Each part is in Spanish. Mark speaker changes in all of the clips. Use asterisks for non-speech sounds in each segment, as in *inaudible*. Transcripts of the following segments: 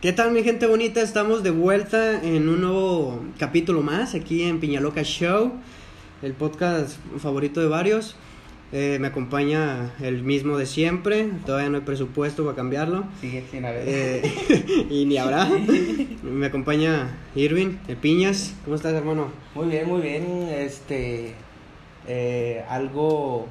Speaker 1: ¿Qué tal mi gente bonita? Estamos de vuelta en un nuevo capítulo más aquí en Piñaloca Show, el podcast favorito de varios. Eh, me acompaña el mismo de siempre, todavía no hay presupuesto para cambiarlo.
Speaker 2: Sigue sin haber.
Speaker 1: Eh, *laughs* y ni habrá. Me acompaña Irving, el Piñas. ¿Cómo estás, hermano?
Speaker 2: *laughs* Muy bien, muy bien. Este. eh, algo.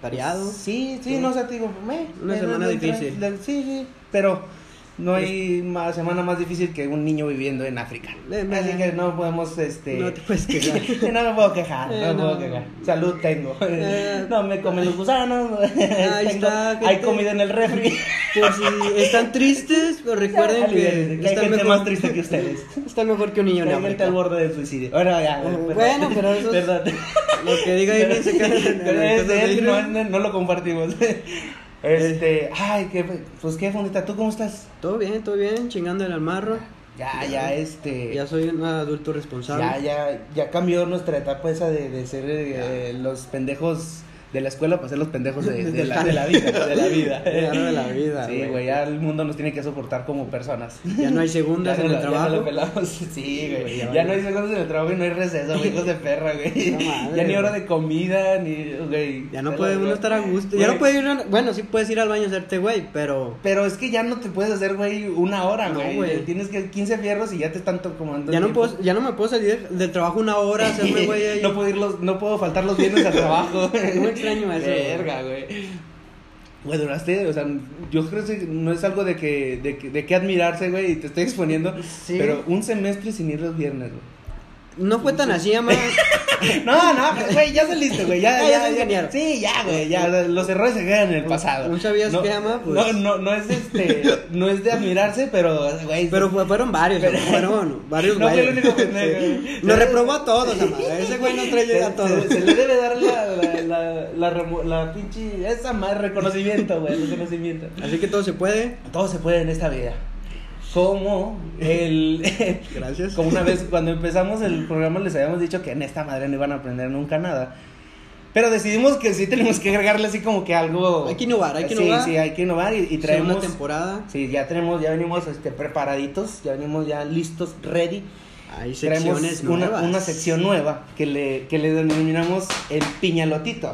Speaker 1: Variado.
Speaker 2: Sí, sí, no sé, te digo. me-
Speaker 1: Una
Speaker 2: me-
Speaker 1: semana
Speaker 2: me-
Speaker 1: difícil.
Speaker 2: me- sí, sí. Pero no hay más, semana más difícil que un niño viviendo en África.
Speaker 1: Eh, me-
Speaker 2: Así que no podemos, este. *laughs*
Speaker 1: No te puedes *laughs* quejar.
Speaker 2: no me puedo quejar, no,
Speaker 1: Eh,
Speaker 2: me puedo
Speaker 1: no.
Speaker 2: quejar. Salud tengo.
Speaker 1: Eh.
Speaker 2: *laughs* no me comen los gusanos. *laughs*
Speaker 1: Ahí
Speaker 2: tengo-
Speaker 1: está, gente.
Speaker 2: Hay comida en el refri.
Speaker 1: Pues si están tristes, pero
Speaker 2: *laughs*
Speaker 1: recuerden
Speaker 2: Hay
Speaker 1: que,
Speaker 2: gente
Speaker 1: están mejor,
Speaker 2: más triste que ustedes.
Speaker 1: están mejor que un niño pues. en
Speaker 2: Hay gente
Speaker 1: África.
Speaker 2: al borde del suicidio. Bueno, ya.
Speaker 1: Eh,
Speaker 2: perdón. *laughs*
Speaker 1: bueno, pero eso es-
Speaker 2: Perdón.
Speaker 1: Lo que
Speaker 2: *laughs*
Speaker 1: diga Irving se queda en- en
Speaker 2: Pero
Speaker 1: las
Speaker 2: es
Speaker 1: cosas
Speaker 2: de
Speaker 1: de
Speaker 2: él,
Speaker 1: Irving.
Speaker 2: no, no- no lo compartimos. *laughs* Este, ay, qué, pues qué bonita. ¿Tú cómo estás?
Speaker 1: Todo bien, todo bien, chingando el almarro.
Speaker 2: Ya, ya, este.
Speaker 1: Ya soy un adulto responsable.
Speaker 2: Ya, ya, ya cambió nuestra etapa esa de, de ser eh, los pendejos de la escuela para ser los pendejos de, de la,
Speaker 1: *laughs*
Speaker 2: de la vida. De la vida.
Speaker 1: De la- de la vida,
Speaker 2: Sí,
Speaker 1: güey.
Speaker 2: güey, ya el mundo nos tiene que soportar como personas.
Speaker 1: Ya no hay segundas
Speaker 2: *laughs* Ya
Speaker 1: en
Speaker 2: no
Speaker 1: el
Speaker 2: la- ya no la
Speaker 1: trabajo.
Speaker 2: pelamos. *laughs* Sí,
Speaker 1: güey,
Speaker 2: güey.
Speaker 1: ya
Speaker 2: Ya,
Speaker 1: valió.
Speaker 2: no hay segundos en el trabajo y no hay receso, güey, hijos de perra,
Speaker 1: *laughs*
Speaker 2: güey.
Speaker 1: No mames,
Speaker 2: ya ni hora
Speaker 1: güey.
Speaker 2: de comida, ni, güey.
Speaker 1: Ya no
Speaker 2: Pero,
Speaker 1: puede
Speaker 2: güey,
Speaker 1: uno estar a gusto. Ya
Speaker 2: güey,
Speaker 1: no puede ir. a- Bueno, sí puedes ir al baño a hacerte güey, pero.
Speaker 2: Pero es que ya no te puedes hacer, güey, una hora,
Speaker 1: No,
Speaker 2: güey.
Speaker 1: güey.
Speaker 2: Tienes que 15 fierros y ya te están to- comando.
Speaker 1: Ya
Speaker 2: el
Speaker 1: no,
Speaker 2: tiempo.
Speaker 1: puedo, ya no me puedo salir del trabajo una hora, hacerme güey ahí.
Speaker 2: *laughs* no, puedo ir los- no puedo faltar los viernes
Speaker 1: *laughs*
Speaker 2: al trabajo.
Speaker 1: Muy extraño eso, güey.
Speaker 2: Verga, güey. Güey, duraste, o sea, yo creo que no es algo de que, de que, de que admirarse, güey, y te estoy exponiendo.
Speaker 1: Sí.
Speaker 2: Pero un semestre sin ir los viernes, güey.
Speaker 1: No fue tan así,
Speaker 2: *laughs*
Speaker 1: amado.
Speaker 2: No, no, pero, güey, ya saliste, güey.
Speaker 1: *laughs*
Speaker 2: Ya,
Speaker 1: Ah, Ya,
Speaker 2: ya,
Speaker 1: ya soy ingeniero.
Speaker 2: Sí, ya, güey, ya. Los errores se quedan en el pasado.
Speaker 1: un sabías qué, ama, pues.
Speaker 2: No, no, no es este. No es de admirarse, pero, güey.
Speaker 1: Pero fue- fueron varios,
Speaker 2: Pero-
Speaker 1: amado, fueron varios
Speaker 2: No fui el
Speaker 1: güeyes. *laughs*
Speaker 2: único pendejo, güey.
Speaker 1: Nos reprobó a todos,
Speaker 2: *laughs*
Speaker 1: amado. Ese güey nos trae
Speaker 2: se,
Speaker 1: a todos.
Speaker 2: se- se le debe dar la, la, la, la, remo- la pinche. Esa más reconocimiento, güey. Reconocimiento.
Speaker 1: Así que todo se puede.
Speaker 2: Todo se puede en esta vida. Como el.
Speaker 1: *laughs* Gracias.
Speaker 2: Como una vez cuando empezamos el programa les habíamos dicho que en esta madre no iban a aprender nunca nada. Pero decidimos que sí tenemos que agregarle así como que algo.
Speaker 1: Hay que innovar, hay que innovar.
Speaker 2: Sí, sí, hay que innovar y, y
Speaker 1: Segunda
Speaker 2: traemos.
Speaker 1: temporada.
Speaker 2: Sí, ya tenemos, ya venimos este, preparaditos, ya venimos ya listos, ready.
Speaker 1: Hay
Speaker 2: Traemos
Speaker 1: secciones
Speaker 2: una,
Speaker 1: nuevas.
Speaker 2: una sección nueva que le, que le denominamos el piñalotito.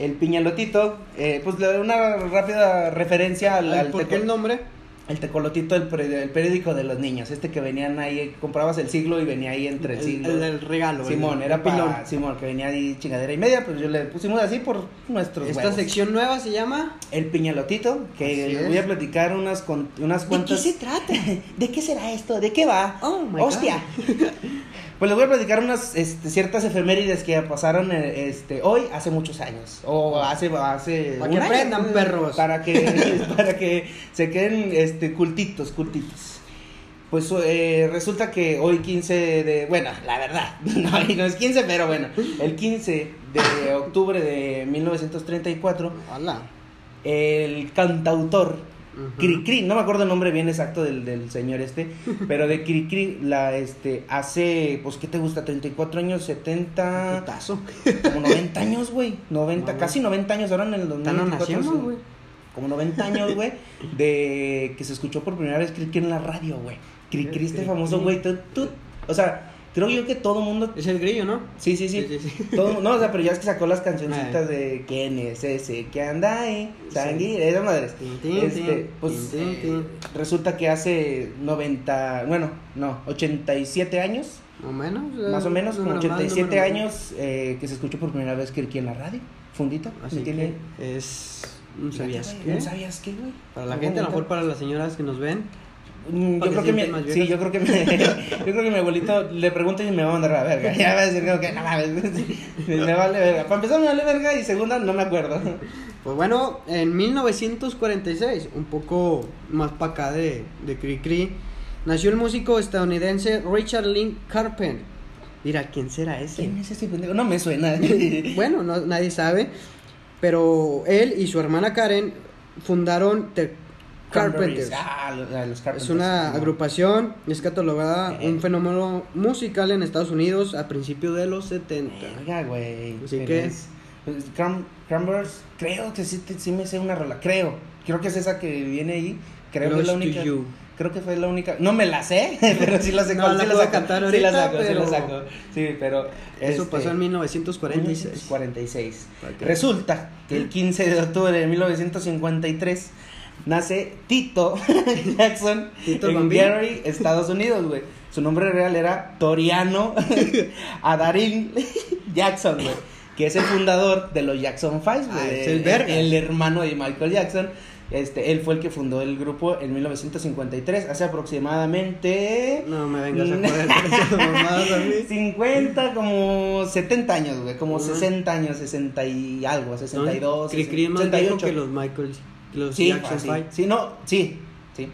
Speaker 2: El piñalotito, eh, pues le doy una rápida referencia al,
Speaker 1: Ay,
Speaker 2: al
Speaker 1: ¿Por qué
Speaker 2: teco-
Speaker 1: el nombre?
Speaker 2: el tecolotito, el, pre- el periódico de los niños, este que venían ahí, comprabas el siglo y venía ahí entre el,
Speaker 1: El,
Speaker 2: siglo.
Speaker 1: el del regalo. el-
Speaker 2: Simón,
Speaker 1: el
Speaker 2: era
Speaker 1: pilón.
Speaker 2: para Simón, que venía ahí chingadera y media, pues yo le pusimos así por nuestros
Speaker 1: Esta
Speaker 2: huevos.
Speaker 1: sección nueva se llama.
Speaker 2: El piñalotito, que
Speaker 1: Así
Speaker 2: les
Speaker 1: es.
Speaker 2: voy a platicar unas, con- unas cuantas...
Speaker 1: trata?
Speaker 2: ¿De qué será esto? ¿De qué va?
Speaker 1: Oh, my
Speaker 2: ¡Hostia! *laughs* pues les voy a platicar unas este, ciertas efemérides que pasaron eh, este, hoy hace muchos años. O hace. hace
Speaker 1: Para que
Speaker 2: un año,
Speaker 1: aprendan,
Speaker 2: pues,
Speaker 1: perros.
Speaker 2: Para
Speaker 1: *laughs*
Speaker 2: que, para que se queden este, cultitos, cultitos. Pues eh, resulta que hoy 15 de... Bueno, la verdad, *laughs* no, y no es 15, pero bueno. El 15 de octubre de 1934,
Speaker 1: Hola.
Speaker 2: el cantautor
Speaker 1: Ujú.
Speaker 2: Cricri, no me acuerdo el nombre bien exacto del, del
Speaker 1: *laughs*
Speaker 2: señor este, pero de Cricri, la este, hace, pues, ¿qué te gusta? 34 años, 70,
Speaker 1: Putazo.
Speaker 2: como 90 años, güey, 90,
Speaker 1: Mames.
Speaker 2: casi 90 años ahora en el
Speaker 1: Ya no
Speaker 2: 2024.
Speaker 1: nacíamos,
Speaker 2: sí,
Speaker 1: güey.
Speaker 2: Como 90 años, güey, de que se escuchó por primera vez Cricri en la radio, güey. Cricri, este
Speaker 1: Cricri.
Speaker 2: famoso, güey, tú, tú- o sea, creo yo que todo mundo...
Speaker 1: Es el grillo, ¿no?
Speaker 2: Sí, sí, sí.
Speaker 1: sí.
Speaker 2: Todo, no, o sea, pero ya es que sacó las cancioncitas de ¿Quién es ese que anda ahí? Sangui, esa madre.
Speaker 1: Tin, tin,
Speaker 2: Este,
Speaker 1: tin,
Speaker 2: pues
Speaker 1: tin, tin,
Speaker 2: eh,
Speaker 1: tin.
Speaker 2: resulta que hace 90, bueno, no, 87 años,
Speaker 1: Más o menos. eh,
Speaker 2: más o menos, como
Speaker 1: número más,
Speaker 2: 87
Speaker 1: número
Speaker 2: años eh, que se escuchó por primera vez que aquí en la radio, fundita.
Speaker 1: menos. Así
Speaker 2: ¿me tiene-
Speaker 1: que es. ¿Ah, ¿No sabías
Speaker 2: Fíjate,
Speaker 1: qué?
Speaker 2: güey, ¿No sabías qué, güey?
Speaker 1: Para la
Speaker 2: Qué
Speaker 1: gente, a lo
Speaker 2: bonito.
Speaker 1: mejor para las señoras que nos ven.
Speaker 2: Mm,
Speaker 1: Para que
Speaker 2: Yo creo que
Speaker 1: sientan más
Speaker 2: mi,
Speaker 1: viejas.
Speaker 2: sí, yo creo que mi, *laughs* yo creo que mi abuelito le pregunta y me va a mandar a la verga. *laughs* Ya va a decir como que no mames, *laughs* me, me vale verga. Para empezar me vale verga y segunda no
Speaker 1: *laughs*
Speaker 2: me acuerdo.
Speaker 1: Pues bueno, en 1946, un poco más para acá de, de Cri Cri, nació el músico estadounidense Richard Link Carpenter. Mira, ¿quién será ese?
Speaker 2: ¿Quién es este pendejo? No me suena. *laughs*
Speaker 1: Bueno, no- nadie sabe, pero él y su hermana Karen fundaron The Carpenters.
Speaker 2: Ah, los, ah, los Carpenters.
Speaker 1: Es una
Speaker 2: No.
Speaker 1: agrupación y es catalogada
Speaker 2: Eh.
Speaker 1: un fenómeno musical en Estados Unidos a principios de los 70.
Speaker 2: Verga, güey.
Speaker 1: Así
Speaker 2: Pero
Speaker 1: que-
Speaker 2: es- pues, Cram- Cranberries, creo que sí, te- sí me sé una rola. Creo. Creo que es esa que viene ahí. Creo que es la
Speaker 1: Close to
Speaker 2: única.
Speaker 1: You.
Speaker 2: Creo que fue la única. No me la sé, *laughs* pero sí la sé.
Speaker 1: No, la
Speaker 2: sí
Speaker 1: puedo
Speaker 2: saco,
Speaker 1: cantar
Speaker 2: Sí la
Speaker 1: ahorita,
Speaker 2: saco, sí la
Speaker 1: pero-
Speaker 2: saco. Sí, pero.
Speaker 1: Eso
Speaker 2: este,
Speaker 1: pasó en 1946.
Speaker 2: 1946.
Speaker 1: Ok.
Speaker 2: Resulta que el 15 de octubre de 1953 nace Tito *laughs* Jackson
Speaker 1: Tito
Speaker 2: en
Speaker 1: Bambino.
Speaker 2: Gary, Estados Unidos, güey. Su nombre real era Toriano
Speaker 1: *laughs*
Speaker 2: Adarín Jackson, güey. Que es el fundador de los Jackson Five, güey.
Speaker 1: Ah, es el verga.
Speaker 2: el hermano de Michael Jackson. Este, él fue el que fundó el grupo en 1953, hace aproximadamente...
Speaker 1: No me vengas a joder con esas mamadas a mí.
Speaker 2: 50, como 70 años, güey, como
Speaker 1: Ajá.
Speaker 2: 60 años, 60 y algo, 62,
Speaker 1: Cri Cri es más viejo
Speaker 2: 68.
Speaker 1: que los Michaels, que los
Speaker 2: sí,
Speaker 1: Jackson
Speaker 2: así.
Speaker 1: Five.
Speaker 2: sí, no, sí, sí.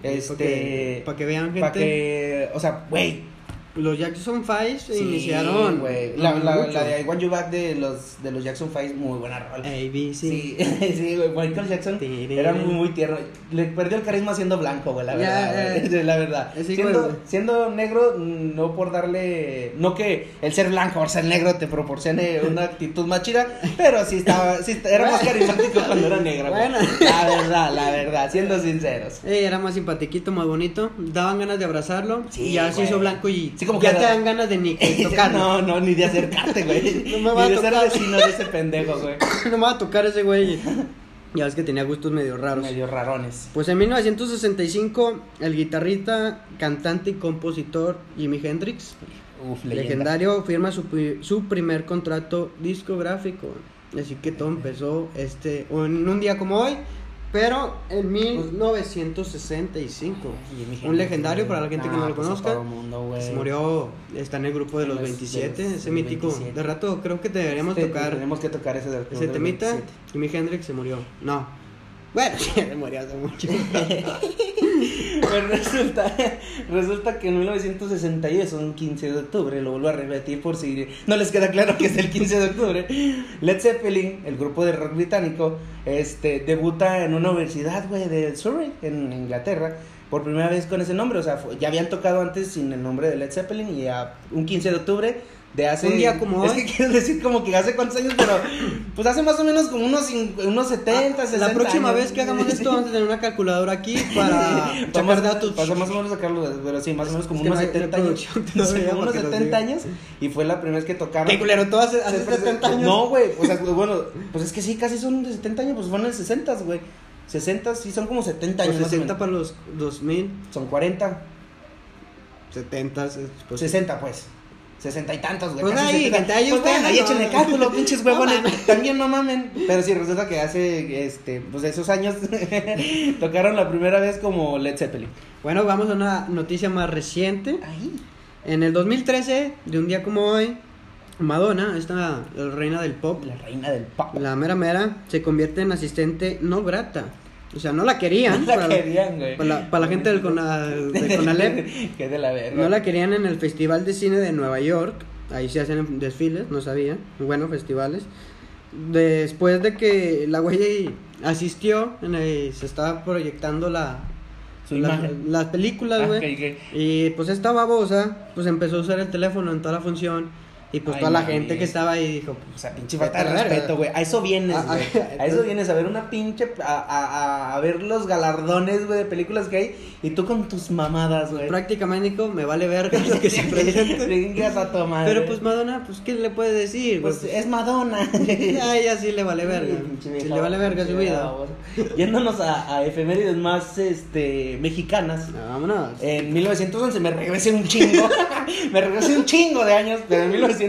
Speaker 1: Para
Speaker 2: Este,
Speaker 1: que, pa' que vean gente,
Speaker 2: para que, o sea, güey,
Speaker 1: los Jackson Five se
Speaker 2: sí,
Speaker 1: iniciaron.
Speaker 2: güey. La, la,
Speaker 1: mucho.
Speaker 2: la de I Want You Back de los, de los Jackson Five, muy buena rola.
Speaker 1: A, B, C.
Speaker 2: Sí, sí, *laughs* güey, Michael Jackson
Speaker 1: Tiriri.
Speaker 2: era muy, muy tierno. Le perdió el carisma siendo blanco, güey, la
Speaker 1: Ya,
Speaker 2: verdad.
Speaker 1: eh.
Speaker 2: güey, *laughs* la verdad.
Speaker 1: Sí, güey.
Speaker 2: siendo, siendo negro, no por darle. No que el ser blanco o ser negro te proporcione una actitud más chida, pero sí estaba. Sí, era más carismático cuando era negro. güey.
Speaker 1: Bueno.
Speaker 2: La verdad, la verdad, siendo sinceros.
Speaker 1: Eh, era más simpatiquito, más bonito. Daban ganas de abrazarlo.
Speaker 2: Sí,
Speaker 1: y ya se
Speaker 2: güey.
Speaker 1: hizo blanco y
Speaker 2: Sí, como
Speaker 1: ya
Speaker 2: que
Speaker 1: te
Speaker 2: era-
Speaker 1: dan ganas de
Speaker 2: *laughs*
Speaker 1: ni que tocarlo. *laughs*
Speaker 2: No, no, ni de acercarte, güey.
Speaker 1: No me va a
Speaker 2: ni de ser
Speaker 1: tocar.
Speaker 2: vecino de ese
Speaker 1: *laughs*
Speaker 2: pendejo, güey.
Speaker 1: no. me va a tocar ese güey. Ya ves que tenía gustos medio raros.
Speaker 2: Medio rarones.
Speaker 1: Pues en 1965, el guitarrista, cantante y compositor Jimi Hendrix,
Speaker 2: Uf, leyenda.
Speaker 1: legendario, firma su, pri- su primer contrato discográfico. Así que todo empezó este o en un día como hoy, pero en
Speaker 2: Pues,
Speaker 1: 1965.
Speaker 2: Jimi
Speaker 1: Un
Speaker 2: Hendrix,
Speaker 1: legendario
Speaker 2: güey.
Speaker 1: para la gente que no
Speaker 2: Ah,
Speaker 1: lo
Speaker 2: pues a
Speaker 1: conozca.
Speaker 2: todo mundo, güey.
Speaker 1: Se murió, está en el grupo de
Speaker 2: En
Speaker 1: los
Speaker 2: los-
Speaker 1: 27,
Speaker 2: de los-
Speaker 1: ese
Speaker 2: de los
Speaker 1: mítico.
Speaker 2: 27.
Speaker 1: De rato creo que deberíamos
Speaker 2: Este,
Speaker 1: tocar
Speaker 2: Tenemos que tocar ese del
Speaker 1: ese
Speaker 2: del
Speaker 1: temita.
Speaker 2: 27.
Speaker 1: Jimi Hendrix se murió. No. Bueno, *laughs* se murió hace
Speaker 2: *laughs*
Speaker 1: mucho.
Speaker 2: Pues resulta, resulta que en 1961, es un 15 de octubre, lo vuelvo a repetir por si no les queda claro que es el 15 de octubre, Led Zeppelin, el grupo de rock británico, este, debuta en una universidad, güey, de Surrey, en Inglaterra, por primera vez con ese nombre, o sea, fue- ya habían tocado antes sin el nombre de Led Zeppelin y a un 15 de octubre de hace...
Speaker 1: Un día como
Speaker 2: Es
Speaker 1: hoy.
Speaker 2: que quiero decir como que hace cuántos años, pero pues hace más o menos como unos, cin- unos 70, 60
Speaker 1: Ah, La próxima
Speaker 2: años.
Speaker 1: vez que hagamos esto vamos a tener una calculadora aquí para
Speaker 2: *laughs* Vamos-
Speaker 1: sacar datos.
Speaker 2: Pasó más o menos a Carlos, pero sí, más o menos como
Speaker 1: Es que
Speaker 2: unos
Speaker 1: no hay-
Speaker 2: 70
Speaker 1: no hay
Speaker 2: años. *laughs*
Speaker 1: producción todavía
Speaker 2: Sí,
Speaker 1: para
Speaker 2: unos
Speaker 1: que nos
Speaker 2: 70
Speaker 1: diga.
Speaker 2: años y fue la primera vez que tocaron.
Speaker 1: Qué culero, todo hace, hace
Speaker 2: Se presen-
Speaker 1: 70 años.
Speaker 2: No, güey, o sea, bueno, pues es que sí, casi son de 70 años, pues fueron en 60, güey. 60, sí, son como 70 años.
Speaker 1: Pues
Speaker 2: más o
Speaker 1: 60
Speaker 2: menos.
Speaker 1: para los 2000,
Speaker 2: Son 40,
Speaker 1: 70, pues,
Speaker 2: 60 pues. 60 y tantos, güey.
Speaker 1: Pues
Speaker 2: casi
Speaker 1: ahí,
Speaker 2: 70.
Speaker 1: gente, ahí
Speaker 2: Pues
Speaker 1: ustedes,
Speaker 2: bueno, ahí
Speaker 1: ¿no?
Speaker 2: échenle cálculo,
Speaker 1: *laughs*
Speaker 2: pinches
Speaker 1: No
Speaker 2: huevones.
Speaker 1: mames.
Speaker 2: También no mamen. Pero sí, resulta que hace, este, pues esos años *laughs* tocaron la primera vez como Led Zeppelin.
Speaker 1: Bueno, vamos a una noticia más reciente.
Speaker 2: Ahí.
Speaker 1: En el 2013, de un día como hoy, Madonna, esta la reina del pop,
Speaker 2: La reina del pop.
Speaker 1: la mera mera, se convierte en asistente no grata. O sea, *laughs* no la querían.
Speaker 2: la
Speaker 1: para-
Speaker 2: querían, güey.
Speaker 1: Para la, para la gente del Cona- *laughs* de Conalep.
Speaker 2: *laughs* que es de la verga.
Speaker 1: No la querían en el Festival de Cine de Nueva York. Ahí se hacen desfiles, no sabía. Bueno, festivales. Después de que la güey asistió, en el- se estaba proyectando la,
Speaker 2: Su
Speaker 1: la-
Speaker 2: imagen.
Speaker 1: las películas,
Speaker 2: Ah,
Speaker 1: güey.
Speaker 2: que- que-
Speaker 1: Y pues esta babosa, pues empezó a usar el teléfono en toda la función. Y pues
Speaker 2: Ay,
Speaker 1: toda la
Speaker 2: mami.
Speaker 1: gente que estaba ahí dijo,
Speaker 2: O sea, pinche falta
Speaker 1: Vete
Speaker 2: de
Speaker 1: a la verga.
Speaker 2: respeto, güey. A eso vienes,
Speaker 1: Ah,
Speaker 2: güey.
Speaker 1: ah,
Speaker 2: A eso
Speaker 1: entonces-
Speaker 2: vienes a ver una pinche. A, a- a- a ver los galardones, güey, de películas que hay. Y tú con tus mamadas, güey.
Speaker 1: prácticamente dijo, me vale verga lo que
Speaker 2: *laughs*
Speaker 1: se presente.
Speaker 2: Vengas a tomar.
Speaker 1: Pero pues Madonna, pues ¿qué le puede decir? güey?
Speaker 2: Pues es Madonna.
Speaker 1: a ella sí *laughs* le vale verga.
Speaker 2: Pinche
Speaker 1: Sí
Speaker 2: vieja
Speaker 1: le vale verga su
Speaker 2: babosa,
Speaker 1: vida.
Speaker 2: babosa. Yéndonos a, a efemérides más este, mexicanas.
Speaker 1: No, vámonos.
Speaker 2: En 1911 me regresé un
Speaker 1: *laughs*
Speaker 2: chingo, me regresé un chingo de años, pero en 1911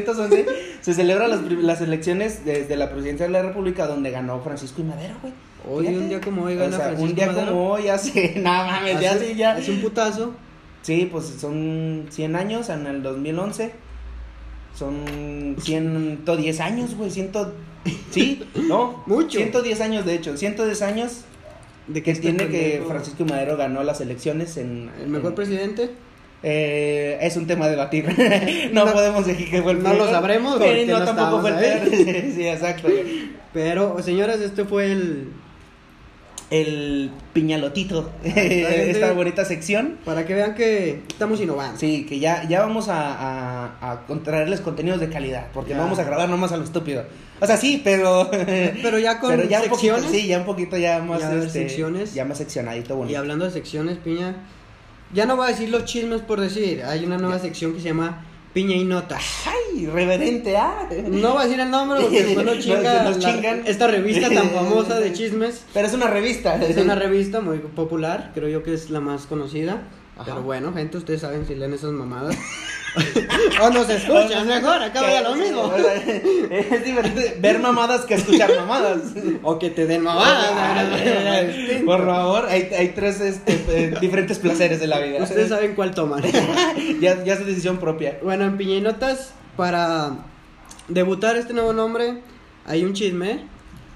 Speaker 2: se celebran las, pri- las elecciones desde la presidencia de la República donde ganó Francisco y Madero, güey.
Speaker 1: Hoy,
Speaker 2: Fíjate.
Speaker 1: un día como hoy,
Speaker 2: O
Speaker 1: gana
Speaker 2: sea,
Speaker 1: Francisco
Speaker 2: un día
Speaker 1: Madero.
Speaker 2: como hoy, hace, *laughs* nada mames, ya
Speaker 1: Hace-
Speaker 2: sí, ya.
Speaker 1: Es un putazo.
Speaker 2: Sí, pues son 100 años, en el 2011 son 110 años, güey, 100... Sí, no,
Speaker 1: *laughs* Mucho.
Speaker 2: 110 años de hecho, 110 años
Speaker 1: De
Speaker 2: que
Speaker 1: este
Speaker 2: tiene que
Speaker 1: pendejo-
Speaker 2: Francisco y Madero ganó las elecciones en...
Speaker 1: El mejor
Speaker 2: en-
Speaker 1: presidente.
Speaker 2: eh, es un tema a debatir. *laughs* no,
Speaker 1: No-
Speaker 2: podemos decir que fue el
Speaker 1: no lo
Speaker 2: primero.
Speaker 1: sabremos
Speaker 2: Sí,
Speaker 1: porque
Speaker 2: no,
Speaker 1: no
Speaker 2: tampoco fue el *laughs*
Speaker 1: estábamos
Speaker 2: peor. sí, exacto.
Speaker 1: Pero, señoras, este fue el.
Speaker 2: el piñalotito,
Speaker 1: Ah,
Speaker 2: *laughs*
Speaker 1: bien,
Speaker 2: esta
Speaker 1: sí.
Speaker 2: bonita sección.
Speaker 1: Para que vean que estamos innovando.
Speaker 2: Sí, que ya, ya vamos a, a, a con- traerles contenidos de calidad, porque
Speaker 1: Ya.
Speaker 2: no vamos a grabar nomás a lo estúpido. O sea, sí, pero... *laughs*
Speaker 1: Pero ya con
Speaker 2: pero ya un poquito,
Speaker 1: secciones.
Speaker 2: sí, ya un poquito ya más...
Speaker 1: Ya
Speaker 2: este,
Speaker 1: secciones.
Speaker 2: Ya más seccionadito, bonito.
Speaker 1: Y hablando de secciones, Piña, ya no voy a decir los chismes por decir, hay una nueva sección que se llama Piña y Notas.
Speaker 2: ¡Ay, reverente!
Speaker 1: *laughs*
Speaker 2: ¡Ah!
Speaker 1: No voy a decir el nombre porque
Speaker 2: *laughs*
Speaker 1: después nos
Speaker 2: Nos-
Speaker 1: chinga
Speaker 2: nos
Speaker 1: la-
Speaker 2: chingan.
Speaker 1: esta revista tan famosa de chismes.
Speaker 2: Pero es una revista.
Speaker 1: Es
Speaker 2: *laughs*
Speaker 1: una revista muy popular, creo yo que es la más conocida.
Speaker 2: Ajá.
Speaker 1: Pero bueno, gente, ustedes saben si leen esas
Speaker 2: *laughs*
Speaker 1: mamadas. o nos escuchan, mejor, acá voy a lo mismo.
Speaker 2: O sea, *laughs* Es diferente ver mamadas que escuchar mamadas.
Speaker 1: O que te den mamadas. *laughs*
Speaker 2: Ah,
Speaker 1: la verdad, es distinto.
Speaker 2: Por favor, hay, hay tres este, eh, diferentes placeres de la vida.
Speaker 1: Ustedes saben cuál
Speaker 2: *laughs*
Speaker 1: toman.
Speaker 2: ya, ya es decisión propia.
Speaker 1: Bueno, en Piña y Notas, para debutar este nuevo nombre, hay un chisme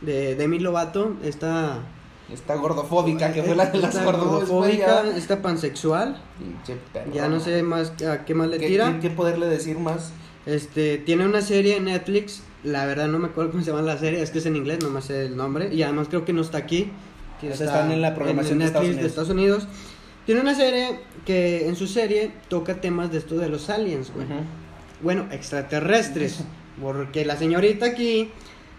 Speaker 1: de Demi Lovato, esta...
Speaker 2: Está gordofóbica, que fue la de las
Speaker 1: esta
Speaker 2: gordos, güey,
Speaker 1: gordofóbica,
Speaker 2: ya.
Speaker 1: esta pansexual,
Speaker 2: Pinche perro.
Speaker 1: ya no sé más a qué más le
Speaker 2: ¿Qué-
Speaker 1: tira.
Speaker 2: ¿Qué, qué poderle decir más?
Speaker 1: Este, tiene una serie en Netflix, la verdad no me acuerdo cómo se llama la serie, es que es en inglés, no me sé el nombre, y además creo que no está aquí. que
Speaker 2: O sea, están en la programación de
Speaker 1: Netflix
Speaker 2: Estados
Speaker 1: de Estados Unidos. Tiene una serie que en su serie toca temas de esto de los aliens, güey. bueno,
Speaker 2: *laughs*
Speaker 1: extraterrestres. Porque la señorita aquí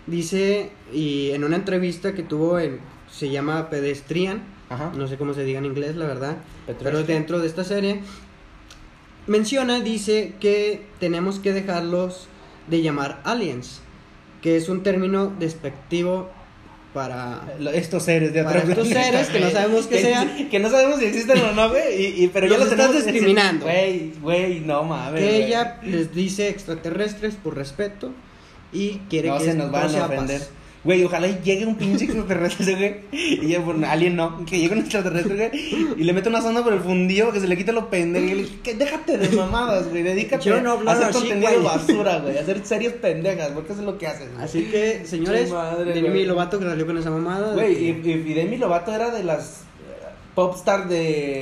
Speaker 1: dice, y en una entrevista que tuvo en, se llama Pedestrian,
Speaker 2: Ajá.
Speaker 1: no sé cómo se diga en inglés, la verdad, pero
Speaker 2: Pedestrian.
Speaker 1: dentro de esta serie, menciona, dice que tenemos que dejarlos de llamar aliens, que es un término despectivo para...
Speaker 2: Lo- Estos seres de
Speaker 1: Para
Speaker 2: otro
Speaker 1: estos
Speaker 2: planeta,
Speaker 1: seres que no
Speaker 2: güey.
Speaker 1: sabemos qué
Speaker 2: que
Speaker 1: sean.
Speaker 2: *laughs* Que no sabemos si existen o no, güey. y- y- pero ya
Speaker 1: Los
Speaker 2: los
Speaker 1: estás
Speaker 2: tenemos-
Speaker 1: discriminando.
Speaker 2: Güey, güey, no mames.
Speaker 1: Que
Speaker 2: güey.
Speaker 1: ella les dice extraterrestres por respeto y quiere
Speaker 2: no
Speaker 1: que
Speaker 2: se nos van a
Speaker 1: sepas.
Speaker 2: ofender. Güey, ojalá y llegue un pinche extraterrestre, güey. Y yo, bueno, alguien no, que llegue un extraterrestre, güey. Y le meta una sonda por el fundillo, que se le quita lo pendejo. Y yo le dije, "Que déjate de mamadas, güey. Dedícate
Speaker 1: Yo no
Speaker 2: a
Speaker 1: hablaba
Speaker 2: hacer
Speaker 1: así,
Speaker 2: contenido
Speaker 1: güey.
Speaker 2: basura, güey. A hacer series pendejas, porque eso es lo que haces, güey.
Speaker 1: Así que, señores,
Speaker 2: Tu madre,
Speaker 1: Demi
Speaker 2: güey.
Speaker 1: Lovato que salió con esa mamada. de
Speaker 2: Güey, y,
Speaker 1: que-
Speaker 2: y, y Demi Lovato era de las eh, popstar de,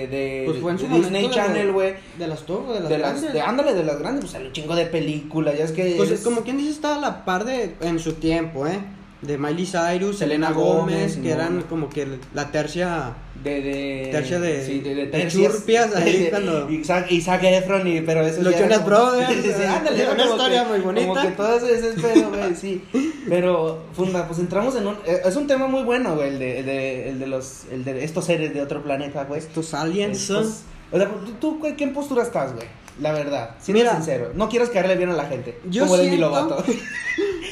Speaker 2: de,
Speaker 1: pues fue en su
Speaker 2: de Disney
Speaker 1: momento de-
Speaker 2: Channel, güey.
Speaker 1: De las top, de las
Speaker 2: De las,
Speaker 1: grandes.
Speaker 2: de, ándale, de las grandes, pues salió un chingo de películas, ya es que...
Speaker 1: Pues
Speaker 2: eres-
Speaker 1: es como quien dice, está a la par de, en su tiempo, ¿eh? De Miley Cyrus, Selena Gómez,
Speaker 2: Gómez,
Speaker 1: que
Speaker 2: no.
Speaker 1: eran como que la tercia.
Speaker 2: De, de...
Speaker 1: Tercio de-
Speaker 2: Sí, de,
Speaker 1: de
Speaker 2: tercias.
Speaker 1: churpias, ahí
Speaker 2: *laughs* De-
Speaker 1: cuando-
Speaker 2: Isaac, Isaac Efron y... Pero eso
Speaker 1: Los
Speaker 2: ya era
Speaker 1: Jonas
Speaker 2: como-
Speaker 1: Brothers,
Speaker 2: *laughs* Sí, sí, sí, ándale.
Speaker 1: una
Speaker 2: era como
Speaker 1: historia
Speaker 2: que-
Speaker 1: muy bonita.
Speaker 2: Como que todo ese, ese pedo, güey, sí. Pero, Funda, pues entramos en un... eh, Es un tema muy bueno, güey, el de, el de, el de los... El de estos seres de otro planeta, güey.
Speaker 1: Estos aliens son.
Speaker 2: Estos- O sea, ¿tú, tú güey, qué postura estás, güey? La verdad, siendo
Speaker 1: Mira.
Speaker 2: sincero. No quieres caerle bien a la gente.
Speaker 1: Yo
Speaker 2: como Demi
Speaker 1: siento-
Speaker 2: Lovato. *laughs*
Speaker 1: pues,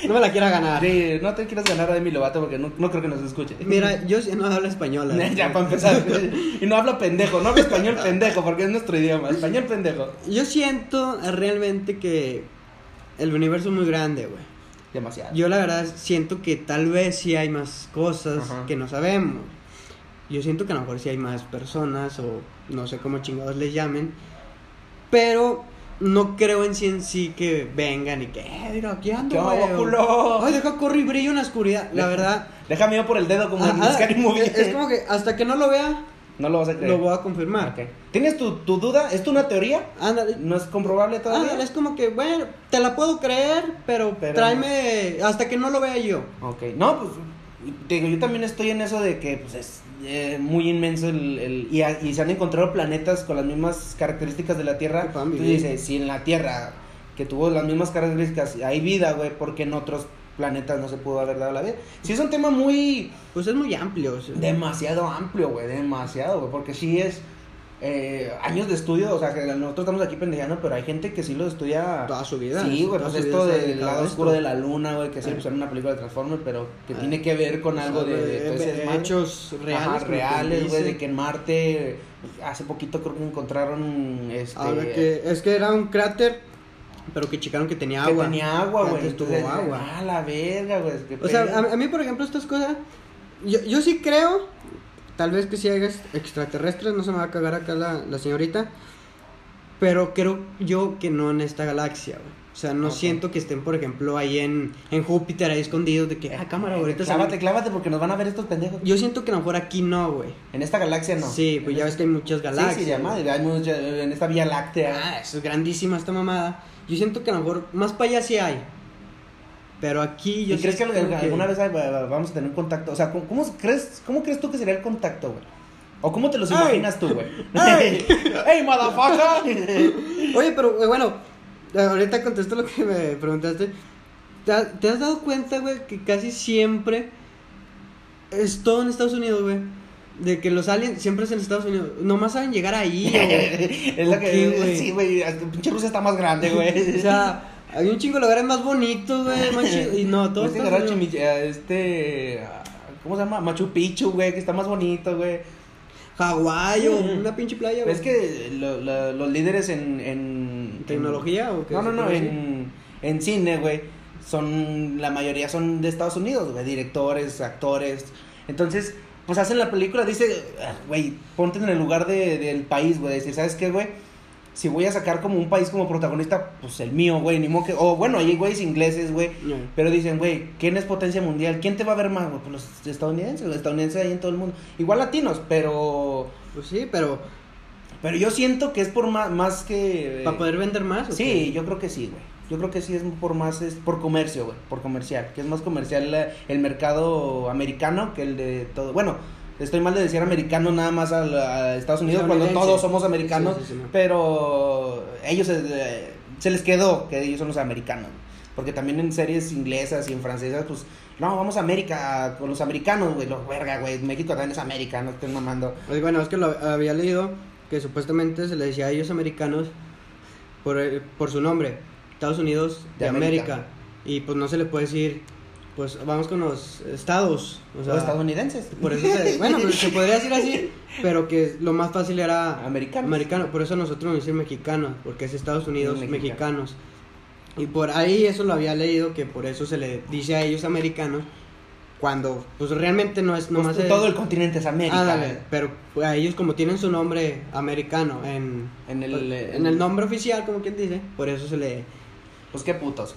Speaker 1: No me la quiera ganar.
Speaker 2: Sí, no te quieres ganar a Demi Lovato porque no, no creo que nos escuche.
Speaker 1: Mira, yo sí no hablo español. ¿eh? la *laughs*
Speaker 2: *laughs* ya,
Speaker 1: verdad.
Speaker 2: para empezar. Y no habla pendejo, no habla español pendejo, porque es nuestro idioma. Español pendejo.
Speaker 1: Yo siento realmente que el universo es muy grande, güey.
Speaker 2: Demasiado.
Speaker 1: Yo la verdad siento que tal vez sí hay más cosas
Speaker 2: Ajá.
Speaker 1: que no sabemos. Yo siento que a lo mejor sí hay más personas o no sé cómo chingados les llamen. Pero no creo en sí en sí que vengan y que, eh, mira, aquí
Speaker 2: ¿Qué
Speaker 1: ando,
Speaker 2: hago,
Speaker 1: güey", o,
Speaker 2: culo?
Speaker 1: Ay, deja correr y brillo en la oscuridad. La verdad.
Speaker 2: Déjame ir por el dedo como en
Speaker 1: Ajá,
Speaker 2: Scary Movie.
Speaker 1: es, es como que hasta que no lo vea,
Speaker 2: No lo vas a creer.
Speaker 1: lo voy a confirmar.
Speaker 2: Ok. ¿Tienes tu, tu duda? ¿Es tu una teoría?
Speaker 1: Ándale.
Speaker 2: ¿No es comprobable todavía?
Speaker 1: ándale, es como que, bueno, te la puedo creer, pero,
Speaker 2: Pero
Speaker 1: tráeme hasta que no lo vea yo.
Speaker 2: Ok, no, pues te digo, yo también estoy en eso de que pues, es eh, muy inmenso el... el- y, a- y se han encontrado planetas con las mismas características de la Tierra.
Speaker 1: Que puedan
Speaker 2: Entonces
Speaker 1: vivir.
Speaker 2: dices, si en la Tierra, que tuvo las mismas características, hay vida, güey, porque en otros planetas no se pudo haber dado la vida? Sí, es un tema muy...
Speaker 1: Pues es muy amplio. o sea.
Speaker 2: demasiado amplio, güey, demasiado, güey, porque sí es... eh, años de estudio, o sea, que nosotros estamos aquí pendejando, pero hay gente que sí lo estudia
Speaker 1: Toda su vida.
Speaker 2: Sí, güey,
Speaker 1: Toda
Speaker 2: pues
Speaker 1: su vida
Speaker 2: esto
Speaker 1: se ha
Speaker 2: del
Speaker 1: dedicado a
Speaker 2: lado
Speaker 1: esto.
Speaker 2: oscuro de la luna, güey, que se
Speaker 1: Ah.
Speaker 2: pusieron una película de Transformers, pero que
Speaker 1: Ah.
Speaker 2: tiene que ver con algo
Speaker 1: Pues,
Speaker 2: de,
Speaker 1: eh,
Speaker 2: de, todo ese desmadre.
Speaker 1: hechos
Speaker 2: Ajá,
Speaker 1: eh, reales. como
Speaker 2: reales,
Speaker 1: quien
Speaker 2: güey, de
Speaker 1: dice.
Speaker 2: que en Marte hace poquito creo que encontraron este
Speaker 1: Ah, de que- es que era un cráter, pero que checaron que tenía
Speaker 2: que
Speaker 1: agua.
Speaker 2: tenía agua, güey.
Speaker 1: Antes tuvo
Speaker 2: Entonces,
Speaker 1: agua.
Speaker 2: Ah, la verga, güey. qué
Speaker 1: O sea,
Speaker 2: pedo.
Speaker 1: a, a mí, por ejemplo, estas cosas, yo, yo sí creo, tal vez que si hay ex- extraterrestres, no se me va a cagar acá la, la señorita, pero creo yo que no en esta galaxia, güey. O sea, no
Speaker 2: Ok.
Speaker 1: siento que estén, por ejemplo, ahí en, en Júpiter, ahí escondidos, de que, ah, cámara, ahorita sale".
Speaker 2: Clávate, clávate, porque nos van a ver estos pendejos.
Speaker 1: Yo siento que a lo mejor aquí no, güey.
Speaker 2: En esta galaxia no.
Speaker 1: Sí, pues ya ves que hay muchas galaxias.
Speaker 2: Sí, sí, ya,
Speaker 1: güey.
Speaker 2: madre, hay mucha- en esta Vía Láctea.
Speaker 1: Ah, eso es grandísima esta mamada. Yo siento que a lo mejor más para allá sí hay. Pero aquí yo
Speaker 2: ¿Y crees que,
Speaker 1: sí creo que-
Speaker 2: alguna vez ah, vamos a tener un contacto? O sea, ¿cómo, cómo crees, ¿cómo crees tú que sería el contacto, güey? ¿O cómo te los
Speaker 1: ¡Ay!
Speaker 2: imaginas tú, güey?
Speaker 1: *laughs* ¡Ay!
Speaker 2: ¡Ey, motherfucker!
Speaker 1: Oye, pero eh, bueno, ahorita contesto lo que me preguntaste. ¿Te, ha- te has dado cuenta, güey, que casi siempre es todo en Estados Unidos, güey? De que los aliens siempre es en Estados Unidos. Nomás saben llegar ahí, güey.
Speaker 2: *laughs* es la que.
Speaker 1: Ok, güey.
Speaker 2: Sí, güey. hasta- Pinche Rusia está más grande,
Speaker 1: *laughs*
Speaker 2: güey.
Speaker 1: O sea, hay un chingo de lugares más bonitos, güey, más chidos. Y no, todo
Speaker 2: Este,
Speaker 1: Estados
Speaker 2: agarrar
Speaker 1: Unidos.
Speaker 2: chimich- a este. a- ¿Cómo se llama? Machu Picchu, güey, que está más bonito, güey.
Speaker 1: Hawái o
Speaker 2: Mm.
Speaker 1: una pinche playa, güey.
Speaker 2: Es que lo- lo- los líderes en. en
Speaker 1: ¿Tecnología o qué?
Speaker 2: No, no, no,
Speaker 1: Sí.
Speaker 2: en, en cine, güey, son, la mayoría son de Estados Unidos, güey, directores, actores, entonces, pues hacen la película, dice, ah, güey, ponte en el lugar de- del país, güey, decir, ¿sabes qué, güey? Si voy a sacar como un país como protagonista, pues el mío, güey, ni modo que, o bueno, hay güeyes ingleses, güey,
Speaker 1: Yeah.
Speaker 2: pero dicen, güey, ¿quién es potencia mundial? ¿Quién te va a ver más, güey? Pues los estadounidenses, los estadounidenses hay en todo el mundo, igual latinos, pero,
Speaker 1: Pues sí, pero
Speaker 2: pero yo siento que es por más, más que... eh,
Speaker 1: para poder vender más. ¿o
Speaker 2: Sí, yo creo que sí, güey. Yo creo que sí es por más, es por comercio, güey, por comercial. Que es más comercial la- el mercado americano que el de todo. Bueno, estoy mal de decir americano nada más a, la- a Estados Unidos cuando
Speaker 1: Estadounidense.
Speaker 2: todos somos americanos,
Speaker 1: Sí, sí, sí, no.
Speaker 2: pero ellos eh, se les quedó que ellos son los americanos. güey. Porque también en series inglesas y en francesas, pues, no, vamos a América con los americanos, güey, los verga, güey. México también es América, no estén mamando.
Speaker 1: Pues bueno, es que lo había leído que supuestamente se le decía a ellos americanos por, eh, por su nombre, Estados Unidos de,
Speaker 2: De
Speaker 1: América.
Speaker 2: América.
Speaker 1: Y pues no se le puede decir, pues vamos con los estados. O sea,
Speaker 2: los estadounidenses.
Speaker 1: por eso se,
Speaker 2: *laughs*
Speaker 1: bueno, pues, se podría decir así, pero que lo más fácil era
Speaker 2: Americanos.
Speaker 1: americano. Por eso nosotros nos decimos mexicanos, porque es Estados Unidos
Speaker 2: Mexicano.
Speaker 1: mexicanos. Y por ahí eso lo había leído, que por eso se le dice a ellos americanos, cuando pues realmente no es nomás...
Speaker 2: Pues,
Speaker 1: es-
Speaker 2: todo el continente es América. eh.
Speaker 1: Ándale,
Speaker 2: güey.
Speaker 1: pero pues, a ellos como tienen su nombre americano en, pues,
Speaker 2: En el, eh,
Speaker 1: en el nombre oficial, como quien dice, por eso se le...
Speaker 2: Pues qué putos.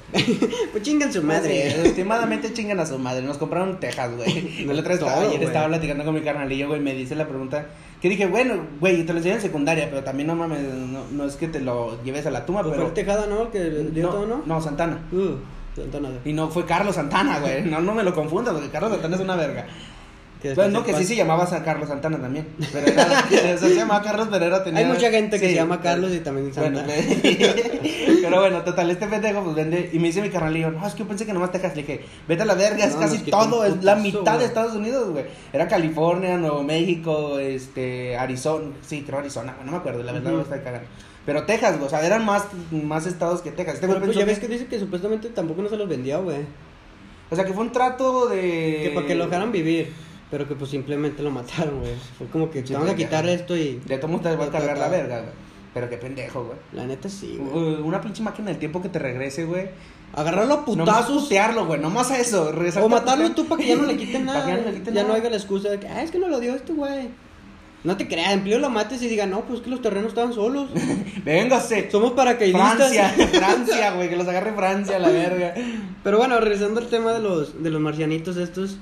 Speaker 1: Pues chingan su *laughs* madre.
Speaker 2: Estimadamente chingan a su madre. Nos compraron Texas,
Speaker 1: *laughs*
Speaker 2: güey.
Speaker 1: No,
Speaker 2: El otro estaba,
Speaker 1: todo,
Speaker 2: ayer
Speaker 1: güey.
Speaker 2: estaba platicando con mi carnalillo, güey. Me dice la pregunta. Que dije, bueno, güey, te lo enseñé en secundaria, pero también no mames, no, no es que te lo lleves a la tumba,
Speaker 1: Pero fue
Speaker 2: pero.
Speaker 1: el Tejada, ¿no? Que le dio
Speaker 2: no,
Speaker 1: todo, ¿no?
Speaker 2: no, Santana.
Speaker 1: Uh, tanto nada.
Speaker 2: Y no fue Carlos Santana, güey. No, no me lo confundas, porque Carlos Santana es una verga.
Speaker 1: Que
Speaker 2: Bueno,
Speaker 1: descanse
Speaker 2: no, que
Speaker 1: en
Speaker 2: sí
Speaker 1: paz.
Speaker 2: se llamaba San Carlos Santana también.
Speaker 1: *laughs*
Speaker 2: Pero era, *laughs* o sea, se llamaba Carlos, pero era tenía.
Speaker 1: Hay mucha gente que
Speaker 2: Sí.
Speaker 1: se llama Carlos y también Santa.
Speaker 2: Bueno, *laughs* pero bueno, total, este pendejo pues vende y me dice mi carnalillo, no, es que yo pensé que nomás Texas, le dije, vete a la verga, es
Speaker 1: No,
Speaker 2: casi
Speaker 1: nos quitó un
Speaker 2: todo, es la
Speaker 1: putazo,
Speaker 2: mitad
Speaker 1: güey.
Speaker 2: de Estados Unidos, güey. Era California, Nuevo México, este, Arizona, sí, creo Arizona, güey, no me acuerdo, la verdad
Speaker 1: Ujú.
Speaker 2: me está cagando. Pero Texas, güey, o sea, eran más, más estados que Texas. Este güey
Speaker 1: Pero, pues, ya
Speaker 2: pensó
Speaker 1: ves que dice que supuestamente tampoco no se los vendió, güey.
Speaker 2: que- O sea, que fue un trato de...
Speaker 1: Que para que lo dejaran vivir. Pero que pues simplemente lo mataron, güey. Fue como que
Speaker 2: Sí,
Speaker 1: vamos a
Speaker 2: pues, ya.
Speaker 1: quitar esto y...
Speaker 2: De todo mundo te va a cargar la verga, güey. Pero qué pendejo, güey.
Speaker 1: La neta sí, güey.
Speaker 2: Uh, Una pinche máquina del tiempo que te regrese, güey.
Speaker 1: Agarrarlo a
Speaker 2: Nomás
Speaker 1: putazos.
Speaker 2: putearlo, güey, nomás a eso. regresarte
Speaker 1: O
Speaker 2: a
Speaker 1: matarlo
Speaker 2: putear.
Speaker 1: tú para que ya no le quiten nada.
Speaker 2: *laughs* Para que
Speaker 1: ya
Speaker 2: ya
Speaker 1: no
Speaker 2: no le quiten
Speaker 1: Ya
Speaker 2: nada.
Speaker 1: no haya la excusa de que, ah, es que no lo dio este güey. No te creas, en pleno lo mates y diga, no, pues es que los terrenos estaban
Speaker 2: *laughs*
Speaker 1: solos.
Speaker 2: Véngase.
Speaker 1: Somos paracaidistas.
Speaker 2: Francia, *laughs* Francia, güey, que los agarre Francia, la verga.
Speaker 1: Pero bueno, regresando al tema de los, de los marcianitos estos,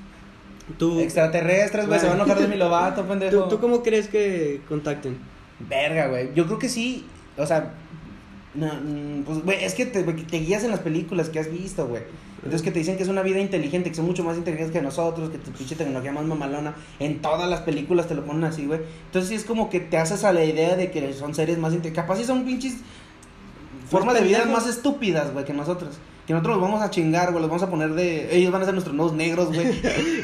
Speaker 1: tú,
Speaker 2: Extraterrestres, güey, se van a enojar de mi lobato, pendejo.
Speaker 1: tú, ¿tú cómo crees que
Speaker 2: *laughs*
Speaker 1: contacten?
Speaker 2: Verga, güey. Yo creo que sí. O sea, no, mm, pues, güey, es que te, te guías en las películas que has visto, güey. Entonces que te dicen que es una vida inteligente, que son mucho más inteligentes que nosotros, que tu pinche tecnología más mamalona. En todas las películas te lo ponen así, güey. Entonces sí es como que te haces a la idea de que son seres más inteligentes. Capaz sí son pinches formas de vida
Speaker 1: pendejos.
Speaker 2: más estúpidas, güey, que nosotros. Que nosotros los vamos a chingar, güey, los vamos a poner de... Ellos van a ser nuestros nuevos negros, güey.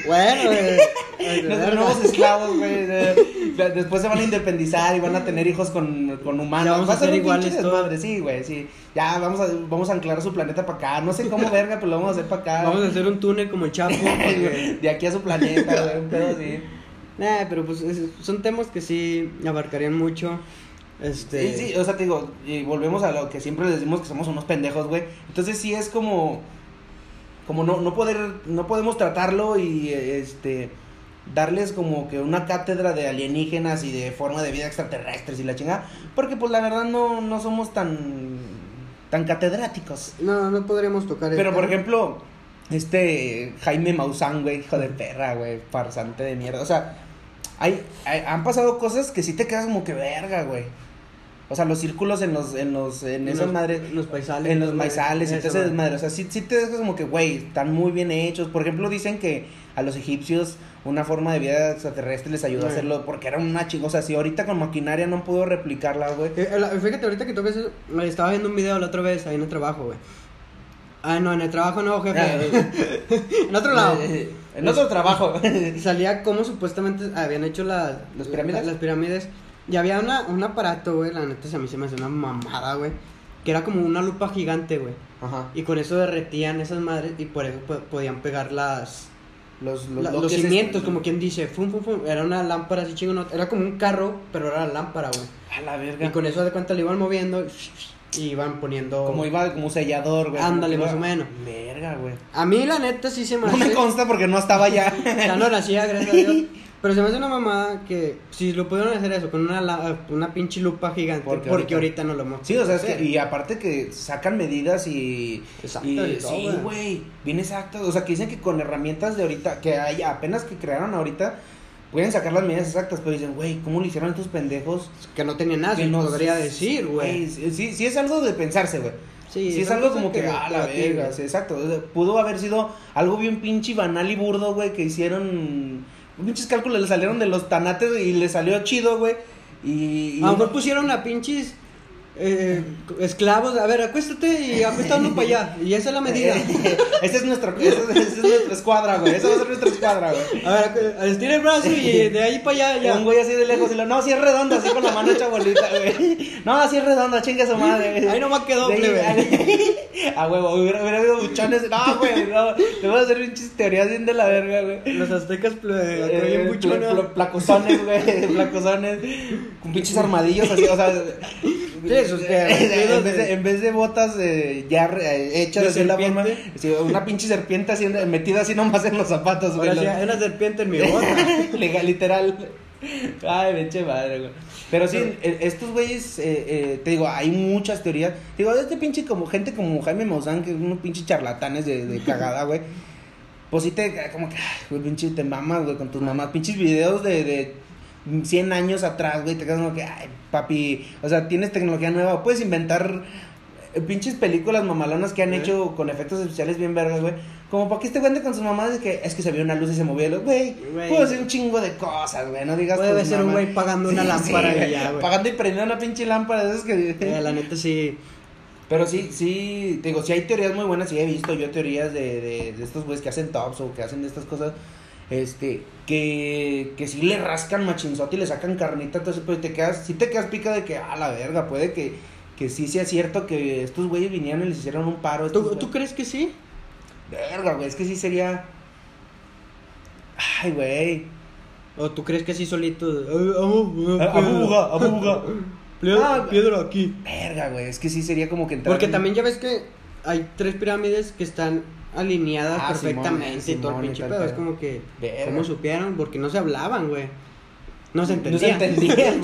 Speaker 1: Bueno, *laughs*
Speaker 2: Nuestros nuevos esclavos, güey. de- de- Después se van a independizar y van a tener hijos con, con humanos.
Speaker 1: Ya vamos
Speaker 2: Va
Speaker 1: a ser
Speaker 2: un
Speaker 1: iguales
Speaker 2: pinche
Speaker 1: todos.
Speaker 2: desmadre, Sí, güey, sí. Ya vamos a, vamos a anclar su planeta para acá. No sé cómo
Speaker 1: *laughs*
Speaker 2: verga, pero lo vamos a hacer para acá. *laughs*
Speaker 1: Vamos a hacer un túnel como el Chapo. porque-
Speaker 2: De aquí a su planeta, güey. Un pedo así.
Speaker 1: Nah, pero pues es- son temas que sí abarcarían mucho. Este,
Speaker 2: Sí, sí, o sea, te digo, y volvemos a lo que siempre les decimos que somos unos pendejos, güey. Entonces sí es como como no no poder no podemos tratarlo y eh, este darles como que una cátedra de alienígenas y de forma de vida extraterrestres y la chingada, porque pues la verdad no no somos tan tan catedráticos.
Speaker 1: No, no podríamos tocar
Speaker 2: Pero
Speaker 1: el
Speaker 2: por
Speaker 1: tema.
Speaker 2: ejemplo, este Jaime Maussan, güey, hijo de perra, güey, farsante de mierda. O sea, hay, hay- han pasado cosas que sí te quedas como que verga, güey. O sea, los círculos en los, en los, en,
Speaker 1: En
Speaker 2: esas
Speaker 1: los-
Speaker 2: madres.
Speaker 1: en los paisales.
Speaker 2: En los maizales y
Speaker 1: Esa
Speaker 2: todo ese
Speaker 1: madre.
Speaker 2: desmadre. O sea, sí, sí te dejas como que, güey, están muy bien hechos. Por ejemplo, dicen que a los egipcios una forma de vida extraterrestre les ayudó a
Speaker 1: Sí.
Speaker 2: hacerlo porque era una chingosa. O sea, si ahorita con maquinaria no pudo replicarla, güey.
Speaker 1: Eh, la- fíjate, ahorita que tocas eso, me estaba viendo un video la otra vez ahí en el trabajo, güey. Ah, no, en el trabajo no, jefe. *laughs* en otro
Speaker 2: *laughs*
Speaker 1: lado.
Speaker 2: Eh, Ah. En otro trabajo.
Speaker 1: Salía como supuestamente habían hecho las,
Speaker 2: ¿Las pirámides?
Speaker 1: Las pirámides. Y había una, un aparato, güey, la neta, se- a mí se me hace una mamada, güey. Que era como una lupa gigante, güey.
Speaker 2: Ajá.
Speaker 1: Y con eso derretían esas madres y por eso po- podían pegar las,
Speaker 2: Los,
Speaker 1: la- los,
Speaker 2: bloques
Speaker 1: cimientos,
Speaker 2: estos-
Speaker 1: como quien dice. Fum, fum, fum. Era una lámpara así chingona. Era como un carro, pero era la lámpara, güey.
Speaker 2: A la
Speaker 1: Y
Speaker 2: verga.
Speaker 1: con eso de cuenta le iban moviendo y iban poniendo.
Speaker 2: Como iba como un sellador, güey.
Speaker 1: Ándale,
Speaker 2: Como que
Speaker 1: más
Speaker 2: iba-
Speaker 1: o
Speaker 2: Verga, güey.
Speaker 1: A mí la neta sí se me
Speaker 2: No me
Speaker 1: hace.
Speaker 2: consta porque no
Speaker 1: *laughs*
Speaker 2: estaba allá.
Speaker 1: Ya no la hacía, gracias a
Speaker 2: *laughs*
Speaker 1: Dios. Pero se me hace una mamada que si lo pudieron hacer eso con una, la- una pinche lupa gigante,
Speaker 2: Porque
Speaker 1: porque,
Speaker 2: ahorita-
Speaker 1: ahorita... no lo hemos.
Speaker 2: Sí, o sea, es que, y aparte que sacan medidas y...
Speaker 1: Exacto,
Speaker 2: y-
Speaker 1: y todo,
Speaker 2: sí,
Speaker 1: güey.
Speaker 2: güey, bien exactas. O sea, que dicen que con herramientas de ahorita, que hay apenas que crearon ahorita, pueden sacar las medidas exactas, pero dicen, güey, ¿cómo lo hicieron estos pendejos?
Speaker 1: Que no tenía nada,
Speaker 2: Que
Speaker 1: se
Speaker 2: no-
Speaker 1: Ah, podría decir, güey.
Speaker 2: Sí, sí, sí es algo de pensarse, güey. Sí, es
Speaker 1: son
Speaker 2: algo
Speaker 1: cosas
Speaker 2: como que, ah, la
Speaker 1: debatir,
Speaker 2: verga,
Speaker 1: güey.
Speaker 2: sí, exacto. O sea, Pudo haber sido algo bien pinche banal y burdo, güey, que hicieron. Pinches cálculos le salieron de los tanates y le salió chido, güey. Y. y-
Speaker 1: A lo mejor pusieron a pinches eh, esclavos. A ver, acuéstate y acuesta uno para allá. Y esa es la medida.
Speaker 2: *laughs* Esa es, nuestro, esa, es- esa es nuestra escuadra, güey. Esa va a ser nuestra escuadra, güey.
Speaker 1: A ver, acu- estira el brazo y de ahí para allá.
Speaker 2: Y
Speaker 1: Ah, Ya.
Speaker 2: un güey así de lejos y lo, no, si es redonda, así con la mano hecha bolita, güey. *laughs* No, así es redonda, chinga su madre.
Speaker 1: *laughs*
Speaker 2: güey.
Speaker 1: Ahí nomás quedó,
Speaker 2: De ahí,
Speaker 1: plebe.
Speaker 2: *laughs* A huevo, hubiera, hubiera habido buchones. No, güey, no. Te voy a hacer pinches teorías bien de la verga, güey.
Speaker 1: Los aztecas, ple- acá bien
Speaker 2: Eh,
Speaker 1: buchones.
Speaker 2: pla- pla-
Speaker 1: *laughs*
Speaker 2: Placosones, güey, placosones, con pinches armadillos así, o sea,
Speaker 1: eso es que-
Speaker 2: eh, en, vez de, en vez de botas eh, ya re- eh, hechas
Speaker 1: ¿De
Speaker 2: así en la forma,
Speaker 1: serpiente?
Speaker 2: sí, una pinche serpiente así en- metida así nomás en los zapatos, güey,
Speaker 1: Ahora sí,
Speaker 2: los-
Speaker 1: hay una serpiente en
Speaker 2: *laughs*
Speaker 1: mi bota.
Speaker 2: Legal, literal. Ay, pinche madre, güey. Pero sí, eh, estos güeyes, eh, eh, te digo, hay muchas teorías. Te digo, este pinche como gente como Jaime Maussan, que es unos pinches charlatanes de, de cagada, güey. Pues sí te, como que, ay, güey, pinche, te mamas, güey, con tus mamás. Pinches videos de, de 100 años atrás, güey. Te quedas como que, ay, papi, o sea, tienes tecnología nueva, puedes inventar... eh, Pinches películas mamalonas que han
Speaker 1: Sí.
Speaker 2: hecho con efectos especiales bien vergas, güey. Como para que este güey ande con sus mamás de que es que se vio una luz y se movía. lo- Güey,
Speaker 1: Güey.
Speaker 2: puedo hacer un chingo de cosas, güey. No digas
Speaker 1: Puede
Speaker 2: tus
Speaker 1: ser un
Speaker 2: mamás.
Speaker 1: güey pagando una
Speaker 2: Sí,
Speaker 1: lámpara
Speaker 2: sí,
Speaker 1: y ya, güey.
Speaker 2: Pagando y prendiendo una pinche lámpara. de esas que...
Speaker 1: Eh, la neta sí.
Speaker 2: Pero sí, sí, te digo, sí hay teorías muy buenas, sí he visto yo teorías de, de, de estos güeyes que hacen tops o que hacen estas cosas, este, que, que sí le rascan machinzote y le sacan carnita, entonces pues te quedas, sí te quedas pica de que, a la verga, puede que, que sí sea cierto que estos güeyes vinieron y les hicieron un paro. estos
Speaker 1: ¿Tú,
Speaker 2: güeyes.
Speaker 1: tú crees que sí?
Speaker 2: Verga, güey, es que sí sería... Ay, güey.
Speaker 1: ¿O tú crees que sí solito? Eh, amo, eh,
Speaker 2: Ah,
Speaker 1: piedra.
Speaker 2: abuga, abuga.
Speaker 1: Piedra,
Speaker 2: Ah,
Speaker 1: piedra aquí.
Speaker 2: Verga, güey, es que sí sería como que entrar
Speaker 1: Porque
Speaker 2: en-
Speaker 1: también ya ves que hay tres pirámides que están alineadas
Speaker 2: Ah,
Speaker 1: perfectamente
Speaker 2: Simón,
Speaker 1: y todo el
Speaker 2: Simón y
Speaker 1: pinche
Speaker 2: tal,
Speaker 1: pedo. Es
Speaker 2: pero-
Speaker 1: como que.
Speaker 2: Verga.
Speaker 1: ¿Cómo supieron? Porque no se hablaban, güey. No se
Speaker 2: *laughs* No se pues,
Speaker 1: entendían. ah,
Speaker 2: entendían.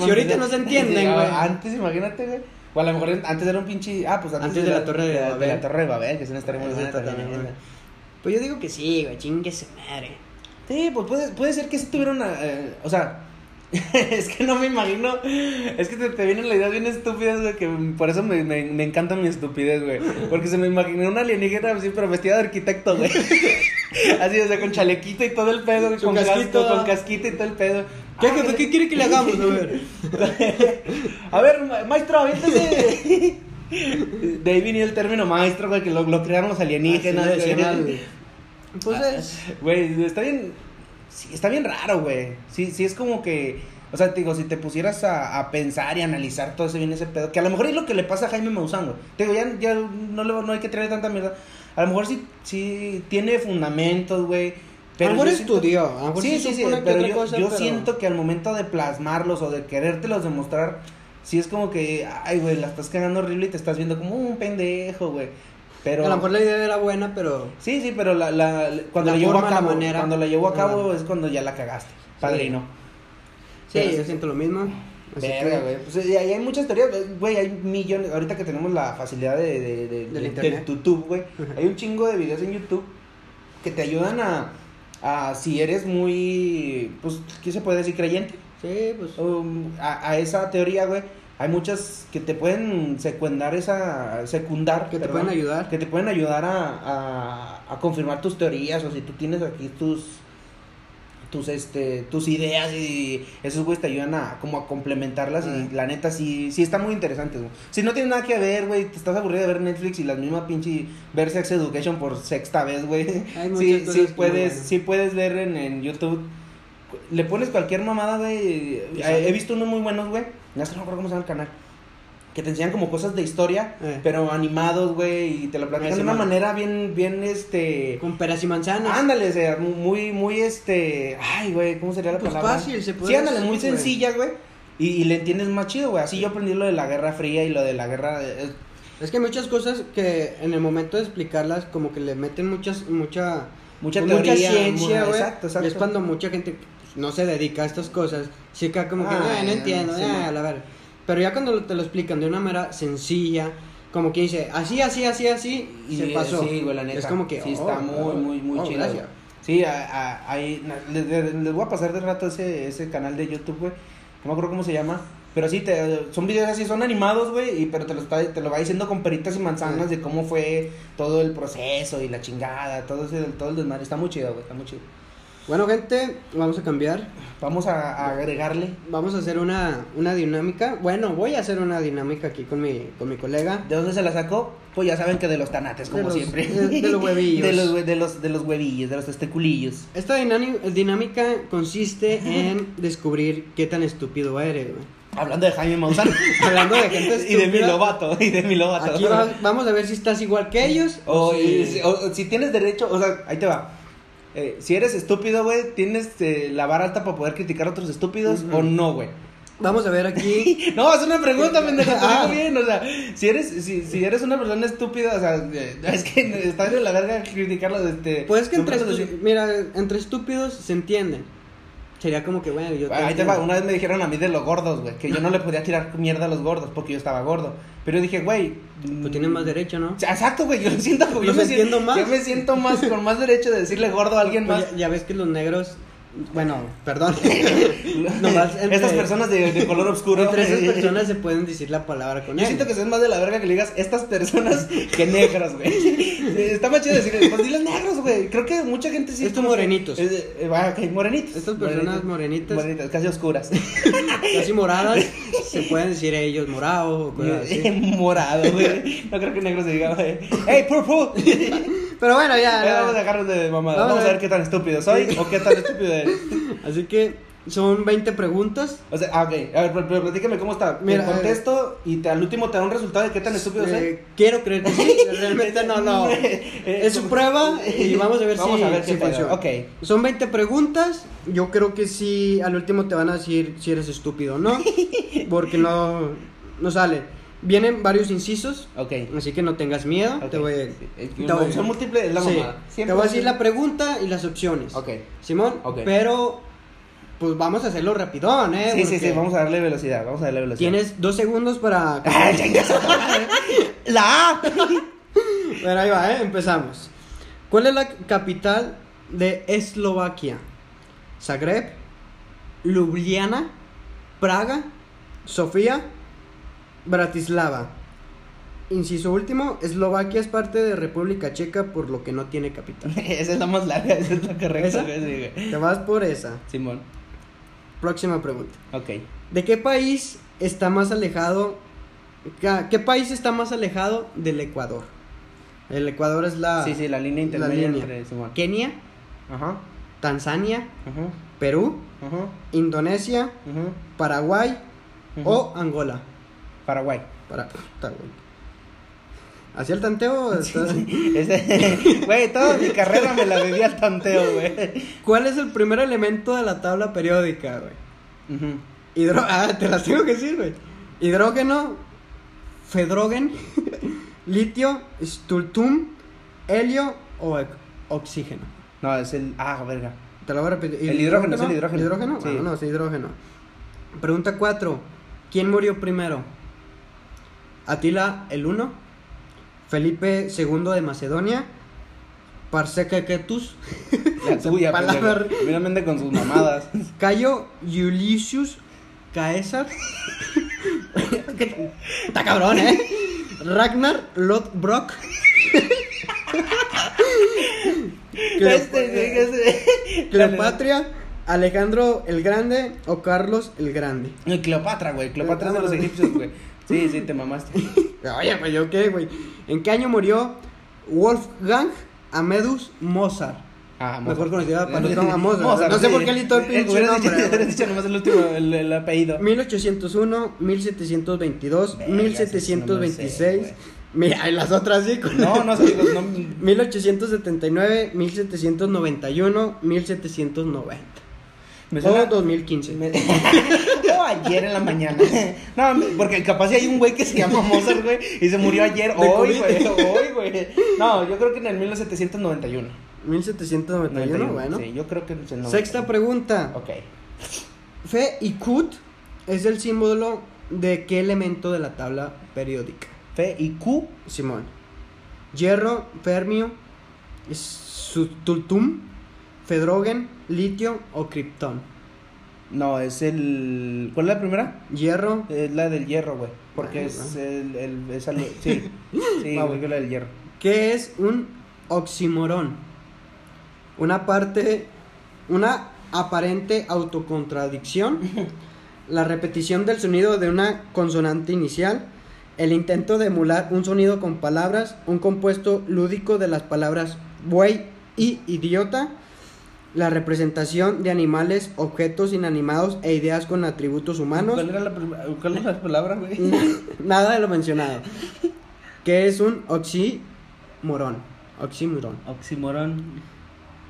Speaker 1: *laughs* si ahorita no se entienden,
Speaker 2: Sí,
Speaker 1: güey.
Speaker 2: Antes, imagínate, güey. O a lo mejor antes era un pinche. Ah, pues antes,
Speaker 1: Antes de la Torre de
Speaker 2: la,
Speaker 1: Babel.
Speaker 2: la Torre de Babel, que es una historia muy
Speaker 1: Esa
Speaker 2: buena
Speaker 1: está
Speaker 2: también.
Speaker 1: también,
Speaker 2: ¿eh?
Speaker 1: güey. Pues yo digo que sí, güey. Chingue su madre.
Speaker 2: Sí, pues puede, puede ser que sí tuvieron. eh, o sea, *laughs* es que no me imagino. Es que te, te vienen las ideas bien estúpidas, güey. Que por eso me, me, me encanta mi estupidez, güey. Porque se me imaginó una alienígena así, pero vestida de arquitecto, güey. *laughs* Así, o sea, con chalequito y todo el pedo,
Speaker 1: Su
Speaker 2: con casquito,
Speaker 1: casquito.
Speaker 2: con casquito y todo el pedo.
Speaker 1: ¿Qué,
Speaker 2: Ah,
Speaker 1: jefe? ¿Qué quiere que le hagamos? A *laughs* ver. Ah,
Speaker 2: A ver, ma- maestro, aviéntese. *laughs* De ahí vino el término maestro, güey, que lo, lo crearon los alienígenas.
Speaker 1: Así le
Speaker 2: güey.
Speaker 1: decían al- Entonces.
Speaker 2: *laughs* Güey, está bien. sí, está bien raro, güey. Sí, sí, es como que. O sea, te digo, si te pusieras a, a pensar y analizar todo ese bien ese pedo, que a lo mejor es lo que le pasa a Jaime Maussan, güey. Te digo, ya, ya no, le, no hay que traer tanta mierda. A lo mejor sí, sí tiene fundamentos, güey.
Speaker 1: a lo mejor
Speaker 2: yo siento-
Speaker 1: Ah, estudió, a lo mejor
Speaker 2: Sí, sí, sí,
Speaker 1: supo una que
Speaker 2: pero
Speaker 1: otra
Speaker 2: yo,
Speaker 1: cosa,
Speaker 2: yo
Speaker 1: pero-
Speaker 2: siento que al momento de plasmarlos o de querértelos demostrar, sí es como que, ay, güey, la estás cagando horrible y te estás viendo como un pendejo, güey. Pero...
Speaker 1: A lo mejor la idea era buena, pero
Speaker 2: Sí, sí, pero la, la, la- cuando
Speaker 1: La
Speaker 2: la, llevó
Speaker 1: forma,
Speaker 2: a
Speaker 1: la
Speaker 2: cabo,
Speaker 1: manera.
Speaker 2: cuando la llevó a
Speaker 1: Ah.
Speaker 2: cabo es cuando ya la cagaste, padrino.
Speaker 1: sí,
Speaker 2: Pero-
Speaker 1: yo siento lo mismo. así
Speaker 2: Verga,
Speaker 1: que-
Speaker 2: güey. Pues, y hay, hay muchas teorías, güey. Hay millones. Ahorita que tenemos la facilidad de, de- de-
Speaker 1: Del
Speaker 2: de-
Speaker 1: internet.
Speaker 2: YouTube, güey. Hay un chingo de videos en YouTube que te ayudan a, a si eres muy, pues, ¿qué se puede decir? Creyente.
Speaker 1: Sí, pues.
Speaker 2: Um, a, a esa teoría, güey. Hay muchas que te pueden secundar esa. secundar.
Speaker 1: Que te
Speaker 2: perdón,
Speaker 1: pueden ayudar.
Speaker 2: Que te pueden ayudar a, a, a confirmar tus teorías. O si tú tienes aquí tus. Tus, este, tus ideas y esos güeyes te ayudan a como a complementarlas
Speaker 1: Ah.
Speaker 2: y la neta sí, sí están muy interesantes, güey. Si no tienes nada que ver, güey, te estás aburrido de ver Netflix y la misma pinche ver Sex Education por sexta vez, güey. *laughs*
Speaker 1: Hay muchas
Speaker 2: Sí,
Speaker 1: cosas
Speaker 2: sí
Speaker 1: muy
Speaker 2: puedes,
Speaker 1: buenas.
Speaker 2: sí puedes ver en, en YouTube. Le pones cualquier mamada, güey.
Speaker 1: Pues
Speaker 2: He he visto unos muy buenos, güey. No es que no me acuerdo cómo se llama el canal. Que te enseñan como cosas de historia,
Speaker 1: Eh.
Speaker 2: pero animados, güey, y te lo platican
Speaker 1: sí,
Speaker 2: de una
Speaker 1: man.
Speaker 2: manera bien, bien, este...
Speaker 1: Con peras y manzanas.
Speaker 2: Ándale, o sea, mu- muy, muy este. Ay, güey, ¿cómo sería la
Speaker 1: Pues
Speaker 2: palabra?
Speaker 1: fácil, se puede
Speaker 2: Sí, ándale,
Speaker 1: decir,
Speaker 2: muy
Speaker 1: güey.
Speaker 2: sencilla, güey. Y, y le entiendes más chido, güey. Así yo aprendí lo de la Guerra Fría y lo de la guerra. eh,
Speaker 1: Es que hay muchas cosas que en el momento de explicarlas como que le meten muchas mucha
Speaker 2: Mucha
Speaker 1: pues,
Speaker 2: teoría,
Speaker 1: ciencia,
Speaker 2: mu-
Speaker 1: güey.
Speaker 2: exacto, exacto.
Speaker 1: Y es cuando mucha gente pues, no se dedica a estas cosas, sí que como que
Speaker 2: Ah,
Speaker 1: "Ah, no
Speaker 2: ya,
Speaker 1: entiendo,
Speaker 2: sí,
Speaker 1: ah,
Speaker 2: no.
Speaker 1: la verdad. Pero ya cuando lo- te lo explican de una manera sencilla, como que dice, así, así, así, así,
Speaker 2: Y
Speaker 1: se
Speaker 2: eh,
Speaker 1: pasó.
Speaker 2: Sí, güey, la neta.
Speaker 1: Es como que
Speaker 2: Sí,
Speaker 1: oh,
Speaker 2: está muy,
Speaker 1: oh,
Speaker 2: muy, muy
Speaker 1: oh,
Speaker 2: chido.
Speaker 1: gracias.
Speaker 2: güey. Sí, a- a- ahí. na- Les, les- les voy a pasar de rato ese, ese canal de YouTube, güey. No me acuerdo cómo se llama. Pero sí, te, son videos así, son animados, güey, y- pero te lo, está, te lo va diciendo con peritas y manzanas de cómo fue todo el proceso y la chingada, todo, ese, todo el desmadre. Está muy chido, güey, está muy chido.
Speaker 1: Bueno, gente, vamos a cambiar.
Speaker 2: Vamos a, a agregarle.
Speaker 1: Vamos a hacer una, una dinámica. Bueno, voy a hacer una dinámica aquí con mi, con mi colega.
Speaker 2: ¿De dónde se la sacó? Pues ya saben que de los tanates, como
Speaker 1: De los-
Speaker 2: siempre.
Speaker 1: de- de los huevillos.
Speaker 2: *laughs* De los, hue- de, los, de los huevillos, de los testeculillos.
Speaker 1: Esta dinani- dinámica consiste en descubrir qué tan estúpido eres, güey.
Speaker 2: Hablando de
Speaker 1: *laughs*
Speaker 2: Jaime Maussan.
Speaker 1: Hablando de gente
Speaker 2: *laughs* y de
Speaker 1: estúpida.
Speaker 2: mi lobato, y de mi lobato.
Speaker 1: Aquí va- vamos a ver si estás igual que ellos.
Speaker 2: O,
Speaker 1: si-
Speaker 2: y- o- o si tienes derecho, o sea, ahí te va. Eh, si eres estúpido, güey, tienes eh, la vara alta para poder criticar a otros estúpidos
Speaker 1: Ujú.
Speaker 2: o no, güey.
Speaker 1: Vamos a ver
Speaker 2: *laughs*
Speaker 1: aquí.
Speaker 2: No, es una pregunta, pendejo, te
Speaker 1: *laughs*
Speaker 2: digo
Speaker 1: Ah.
Speaker 2: bien, o sea, si eres, si, si eres una persona estúpida, o sea, eh, *laughs* es que está de la verga criticarlo, este...
Speaker 1: Pues es que
Speaker 2: no
Speaker 1: entre,
Speaker 2: puedes
Speaker 1: estu-
Speaker 2: decir-
Speaker 1: mira, entre estúpidos se entienden. Sería como que, bueno, yo... te
Speaker 2: Ahí te
Speaker 1: entiendo.
Speaker 2: va, una vez me dijeron a mí de los gordos, güey, que yo no le podía tirar mierda a los gordos porque yo estaba gordo. Pero yo dije, güey...
Speaker 1: Tú
Speaker 2: mm,
Speaker 1: Pues tienes más derecho, ¿no?
Speaker 2: O sea, Exacto, güey, yo lo siento, güey. Yo
Speaker 1: Los
Speaker 2: me siento-
Speaker 1: entiendo más.
Speaker 2: Yo me siento más, con más derecho de decirle gordo a alguien
Speaker 1: Pues
Speaker 2: más.
Speaker 1: ya, ya ves que los negros... Bueno,
Speaker 2: *laughs*
Speaker 1: perdón. Nomás entre-
Speaker 2: Estas personas de, de color oscuro.
Speaker 1: Entre esas
Speaker 2: *laughs* eh,
Speaker 1: personas se pueden decir la palabra con
Speaker 2: Yo
Speaker 1: él.
Speaker 2: siento que es más de la verga que le digas estas personas que
Speaker 1: *laughs*
Speaker 2: negras, güey. Eh, Está más chido decirle, pues diles negros, güey. Creo que mucha gente sí.
Speaker 1: Estos
Speaker 2: como que-
Speaker 1: morenitos.
Speaker 2: es de- eh, ah, ok, morenitos.
Speaker 1: Estas personas morenitas. Pues,
Speaker 2: Morenitas, casi
Speaker 1: *laughs*
Speaker 2: oscuras.
Speaker 1: Casi
Speaker 2: *laughs*
Speaker 1: moradas, se pueden decir ellos morado o cosas así.
Speaker 2: Morado, güey. No creo que negro se diga, güey. ¡Ey, purple!
Speaker 1: *laughs* Pero bueno, ya.
Speaker 2: Ahí
Speaker 1: ya.
Speaker 2: vamos a dejarnos de mamada.
Speaker 1: Vamos
Speaker 2: Vamos,
Speaker 1: a
Speaker 2: a ver
Speaker 1: ver.
Speaker 2: qué tan estúpido soy o qué tan estúpido eres.
Speaker 1: Así que son 20 preguntas.
Speaker 2: O sea, ah, ok. A ver, pero platícame cómo está.
Speaker 1: Mira,
Speaker 2: Mira, te contesto y te, al último te da un resultado de qué tan estúpido
Speaker 1: Eh,
Speaker 2: soy.
Speaker 1: quiero creer que
Speaker 2: *laughs*
Speaker 1: sí, realmente no, no.
Speaker 2: Eh,
Speaker 1: Es su prueba
Speaker 2: *laughs*
Speaker 1: y vamos a ver
Speaker 2: Vamos
Speaker 1: si,
Speaker 2: a ver
Speaker 1: si
Speaker 2: qué pedo.
Speaker 1: funciona.
Speaker 2: Ok.
Speaker 1: Son 20 preguntas. Yo creo que sí, al último te van a decir si eres estúpido o
Speaker 2: *laughs*
Speaker 1: no, porque no, no sale. Vienen varios incisos,
Speaker 2: Ok.
Speaker 1: así que no tengas miedo.
Speaker 2: Ok.
Speaker 1: Te voy,
Speaker 2: Sí, eh,
Speaker 1: te voy-
Speaker 2: son múltiples, es la
Speaker 1: Sí.
Speaker 2: mamada.
Speaker 1: Te
Speaker 2: Siempre
Speaker 1: voy a
Speaker 2: va
Speaker 1: decir
Speaker 2: ser-
Speaker 1: la pregunta y las opciones.
Speaker 2: Ok.
Speaker 1: Simón,
Speaker 2: Ok.
Speaker 1: pero pues vamos a hacerlo rapidón, ¿eh?
Speaker 2: Sí, sí,
Speaker 1: Porque
Speaker 2: sí, vamos a darle velocidad, vamos a darle velocidad. *laughs*
Speaker 1: Tienes dos segundos para...
Speaker 2: ¡Ah, chingas!
Speaker 1: *laughs*
Speaker 2: ¡La A!
Speaker 1: Bueno, ahí va, ¿eh? Empezamos. ¿Cuál es la capital de Eslovaquia? Zagreb, Ljubljana, Praga, Sofía, Bratislava. Inciso último, Eslovaquia es parte de República Checa por lo que no tiene capital.
Speaker 2: *laughs* Esa es la más larga, esa es la
Speaker 1: ¿Esa?
Speaker 2: correcta. güey, sí, güey.
Speaker 1: Te vas por esa.
Speaker 2: Simón.
Speaker 1: Próxima pregunta.
Speaker 2: Ok.
Speaker 1: ¿De qué país está más alejado? ca- ¿Qué país está más alejado del Ecuador? El Ecuador es la
Speaker 2: Sí, sí, la línea
Speaker 1: Ah, la
Speaker 2: intermedia
Speaker 1: línea.
Speaker 2: entre Simón.
Speaker 1: Kenia,
Speaker 2: Ajá.
Speaker 1: Tanzania,
Speaker 2: Ajá.
Speaker 1: Perú,
Speaker 2: Ajá.
Speaker 1: Indonesia,
Speaker 2: Ajá.
Speaker 1: Paraguay
Speaker 2: Ujú.
Speaker 1: o Angola.
Speaker 2: Paraguay.
Speaker 1: Para... puta, güey. ¿Hacía el tanteo?
Speaker 2: *laughs* Ese- *laughs* Güey, toda mi carrera me la bebí al tanteo, güey.
Speaker 1: ¿Cuál es el primer elemento de la tabla periódica, güey?
Speaker 2: Ujú.
Speaker 1: Hidro... *laughs* Ah, te las tengo que decir, güey. Hidrógeno, fedrogen, *laughs* litio, stultum, helio o ex- oxígeno.
Speaker 2: No, es el. Ah, verga.
Speaker 1: Te lo voy a repetir.
Speaker 2: El hidrógeno, es el hidrógeno.
Speaker 1: ¿Hidrógeno?
Speaker 2: Sí.
Speaker 1: Ah, no, es hidrógeno. Pregunta 4. ¿Quién murió primero? Atila el 1, Felipe II de Macedonia, Parseca Ketus,
Speaker 2: La tuya,
Speaker 1: Palabra.
Speaker 2: pendejo. Mira, mende con sus
Speaker 1: *laughs*
Speaker 2: mamadas.
Speaker 1: Cayo Ulysses Caesar, que- *laughs* Está cabrón, ¿eh? Ragnar *laughs* Lodbrok. Cleop-
Speaker 2: Este, este-
Speaker 1: Cleopatria, Alejandro el Grande o Carlos el Grande.
Speaker 2: No, Cleopatra, güey. Cleopatra es
Speaker 1: Ah.
Speaker 2: de los egipcios, güey. Sí, sí, te mamaste.
Speaker 1: Oye, pues yo qué, güey. ¿En qué año murió Wolfgang Amedus Mozart?
Speaker 2: Ah,
Speaker 1: Mejor conocida para nosotros como Mozart. No sé por qué le hizo el pinche
Speaker 2: Hubieras eh, dicho-
Speaker 1: nombre,
Speaker 2: *laughs*
Speaker 1: güey.
Speaker 2: hubieras dicho nomás el último, el, el apellido.
Speaker 1: 1801, 1722,
Speaker 2: Vergas,
Speaker 1: 1726.
Speaker 2: eso no sé, güey.
Speaker 1: Mira, y las otras sí. güey. *laughs*
Speaker 2: No, no sé los nombres.
Speaker 1: 1879, 1791, 1790. *laughs*
Speaker 2: Me
Speaker 1: O
Speaker 2: suena-
Speaker 1: 2015. *laughs*
Speaker 2: me- No, ayer en la mañana. No, porque capaz si hay un güey que se llama Mozart, güey, y se murió ayer.
Speaker 1: De
Speaker 2: Hoy,
Speaker 1: COVID.
Speaker 2: güey, hoy, güey. No, yo creo que en el 1791.
Speaker 1: 1791, bueno.
Speaker 2: Sí, yo creo que en el 90.
Speaker 1: Sexta pregunta.
Speaker 2: Ok.
Speaker 1: Fe y Kut es el símbolo de qué elemento de la tabla periódica.
Speaker 2: Fe y Q.
Speaker 1: Simón. Hierro, fermio, stultum, fedrogen, litio o kriptón.
Speaker 2: No, es el. ¿Cuál es la primera?
Speaker 1: Hierro,
Speaker 2: Es la del hierro, güey. Porque
Speaker 1: Ah,
Speaker 2: es
Speaker 1: ah.
Speaker 2: el, el- es algo- Sí, sí,
Speaker 1: Ah,
Speaker 2: güey,
Speaker 1: bueno.
Speaker 2: la del hierro.
Speaker 1: ¿Qué es un oxímoron? Una parte, una aparente autocontradicción, la repetición del sonido de una consonante inicial, el intento de emular un sonido con palabras, un compuesto lúdico de las palabras buey y idiota, la representación de animales, objetos inanimados e ideas con atributos humanos.
Speaker 2: ¿Cuál era la, prim- cuál era la palabra, güey?
Speaker 1: Mm. *laughs* Nada de lo mencionado. Que es un oxímoron. Oxímoron.
Speaker 2: Oximorón.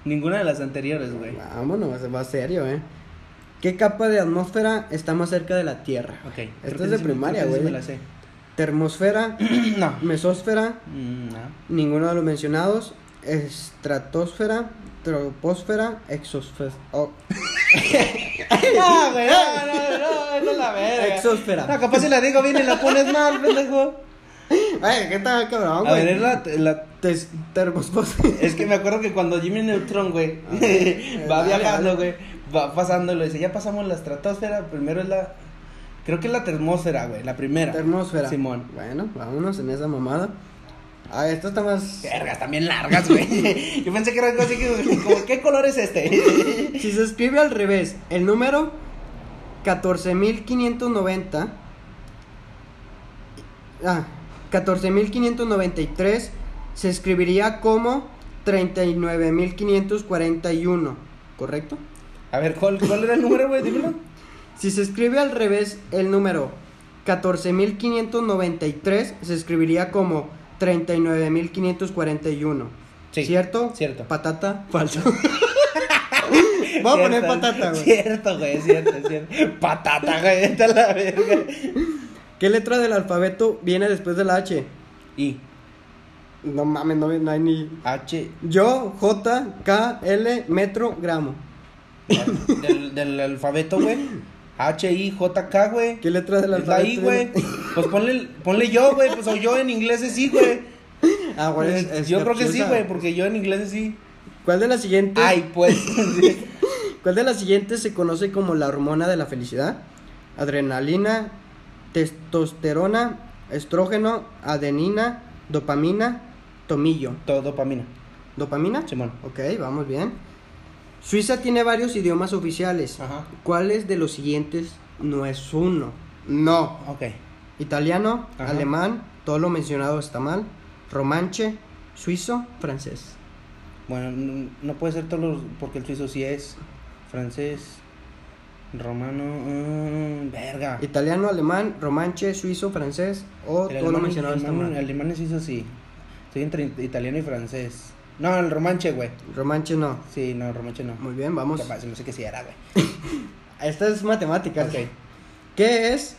Speaker 2: Ninguna de las anteriores, güey.
Speaker 1: Vámonos, va serio, eh. ¿Qué capa de atmósfera está más cerca de la Tierra?
Speaker 2: Ok. creo
Speaker 1: Esto
Speaker 2: que
Speaker 1: es de
Speaker 2: sí-
Speaker 1: primaria,
Speaker 2: creo que sí
Speaker 1: güey.
Speaker 2: me la sé. *clears throat*
Speaker 1: Termosfera,
Speaker 2: no.
Speaker 1: mesósfera,
Speaker 2: Mm, no.
Speaker 1: ninguno de los mencionados. Estratosfera, troposfera, exosfera. oh,
Speaker 2: *laughs* No, güey, no, no, no, no es la verga.
Speaker 1: Exósfera.
Speaker 2: No, capaz si la digo bien y la pones mal, pendejo. Ah,
Speaker 1: Ay, ¿qué tal, cabrón,
Speaker 2: A ver, es
Speaker 1: güey?
Speaker 2: la, la-
Speaker 1: Tes- termosfera.
Speaker 2: Es que me acuerdo que cuando Jimmy Neutron, Ah, güey, *laughs* va
Speaker 1: dale,
Speaker 2: viajando, güey, va pasándolo, dice, ya pasamos la estratosfera, primero es la... Creo que es la termósfera, güey, la primera.
Speaker 1: Termósfera.
Speaker 2: Simón.
Speaker 1: Bueno, vámonos en esa mamada. Ah, esto está más.
Speaker 2: Vergas, también largas, güey. *laughs* Yo pensé que era algo así que, como, ¿qué color es este? *laughs*
Speaker 1: Si se escribe al revés, el número 14590 ah, 14593 se escribiría como 39541, ¿correcto?
Speaker 2: A ver, ¿cuál, cuál era el número, güey? Dímelo.
Speaker 1: Si se escribe al revés el número 14593 se escribiría como 39541.
Speaker 2: Sí,
Speaker 1: ¿Cierto?
Speaker 2: cierto.
Speaker 1: Patata, falso. *laughs* Voy a poner
Speaker 2: Cierto,
Speaker 1: patata, güey.
Speaker 2: Cierto, güey, cierto, cierto. Patata, güey, está la verga.
Speaker 1: ¿Qué letra del alfabeto viene después de la H?
Speaker 2: Y
Speaker 1: No mames, no, no hay ni.
Speaker 2: H
Speaker 1: Yo, J, K, L, metro, gramo.
Speaker 2: del, del alfabeto, güey. H I J K, güey.
Speaker 1: ¿Qué letra del
Speaker 2: Es la
Speaker 1: alfabeto?
Speaker 2: I, güey. Pues ponle, ponle yo, güey. Pues o yo en inglés es sí, güey.
Speaker 1: *laughs* Ah, güey, es- es
Speaker 2: yo creo que sí,
Speaker 1: capciosa.
Speaker 2: güey, porque yo en inglés es sí.
Speaker 1: ¿Cuál de las siguientes?
Speaker 2: Ay,
Speaker 1: *laughs*
Speaker 2: pues.
Speaker 1: ¿Cuál de las siguientes se conoce como la hormona de la felicidad? Adrenalina, testosterona, estrógeno, adenina, dopamina, tomillo.
Speaker 2: Todo dopamina.
Speaker 1: ¿Dopamina?
Speaker 2: Simón.
Speaker 1: Ok, vamos bien. Suiza tiene varios idiomas oficiales.
Speaker 2: Ajá.
Speaker 1: ¿Cuáles de los siguientes no es uno? No.
Speaker 2: Ok.
Speaker 1: Italiano,
Speaker 2: Ajá.
Speaker 1: alemán, todo lo mencionado está mal. Romanche, suizo, francés.
Speaker 2: Bueno, n- no puede ser todos los. Porque el suizo sí es. Francés. Romano. mm, verga.
Speaker 1: Italiano, alemán, romanche, suizo, francés o
Speaker 2: El
Speaker 1: todo lo
Speaker 2: alemán-
Speaker 1: mencionado
Speaker 2: el
Speaker 1: está
Speaker 2: alemán-
Speaker 1: mal.
Speaker 2: El alemán es suizo sí. Estoy entre it- italiano y francés. No, el romanche, güey.
Speaker 1: Romanche no.
Speaker 2: Sí, no, romanche no.
Speaker 1: Muy bien, vamos.
Speaker 2: Capaz, no sé qué sí era, güey.
Speaker 1: Esta es matemática.
Speaker 2: Ok,
Speaker 1: ¿Qué es?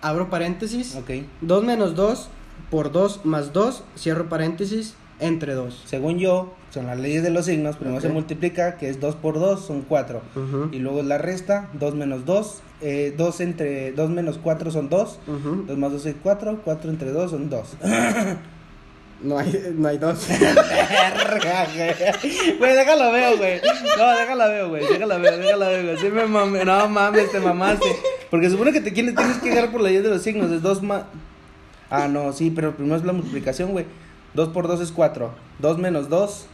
Speaker 1: Abro paréntesis.
Speaker 2: ok.
Speaker 1: 2 menos 2 por 2 más 2, cierro paréntesis, entre 2.
Speaker 2: Según yo, son las leyes de los signos. Primero
Speaker 1: Ok.
Speaker 2: se multiplica, que es 2 por 2, son 4. Y luego es la resta, 2 menos 2. 2 entre 2 menos 4 son 2. 2 más 2 es 4. 4 entre 2 son 2.
Speaker 1: No hay, no hay dos. *laughs*
Speaker 2: Güey, déjala veo, güey. No, déjala veo, güey. Déjala veo, déjala veo, güey. Sí me mame. No mames, te mamaste. Porque supone que te quieres- tienes que llegar por la 10 de los signos. Es 2 más. Ah, no, sí, pero primero es la multiplicación, güey. 2 por 2 es 4. 2 menos 2.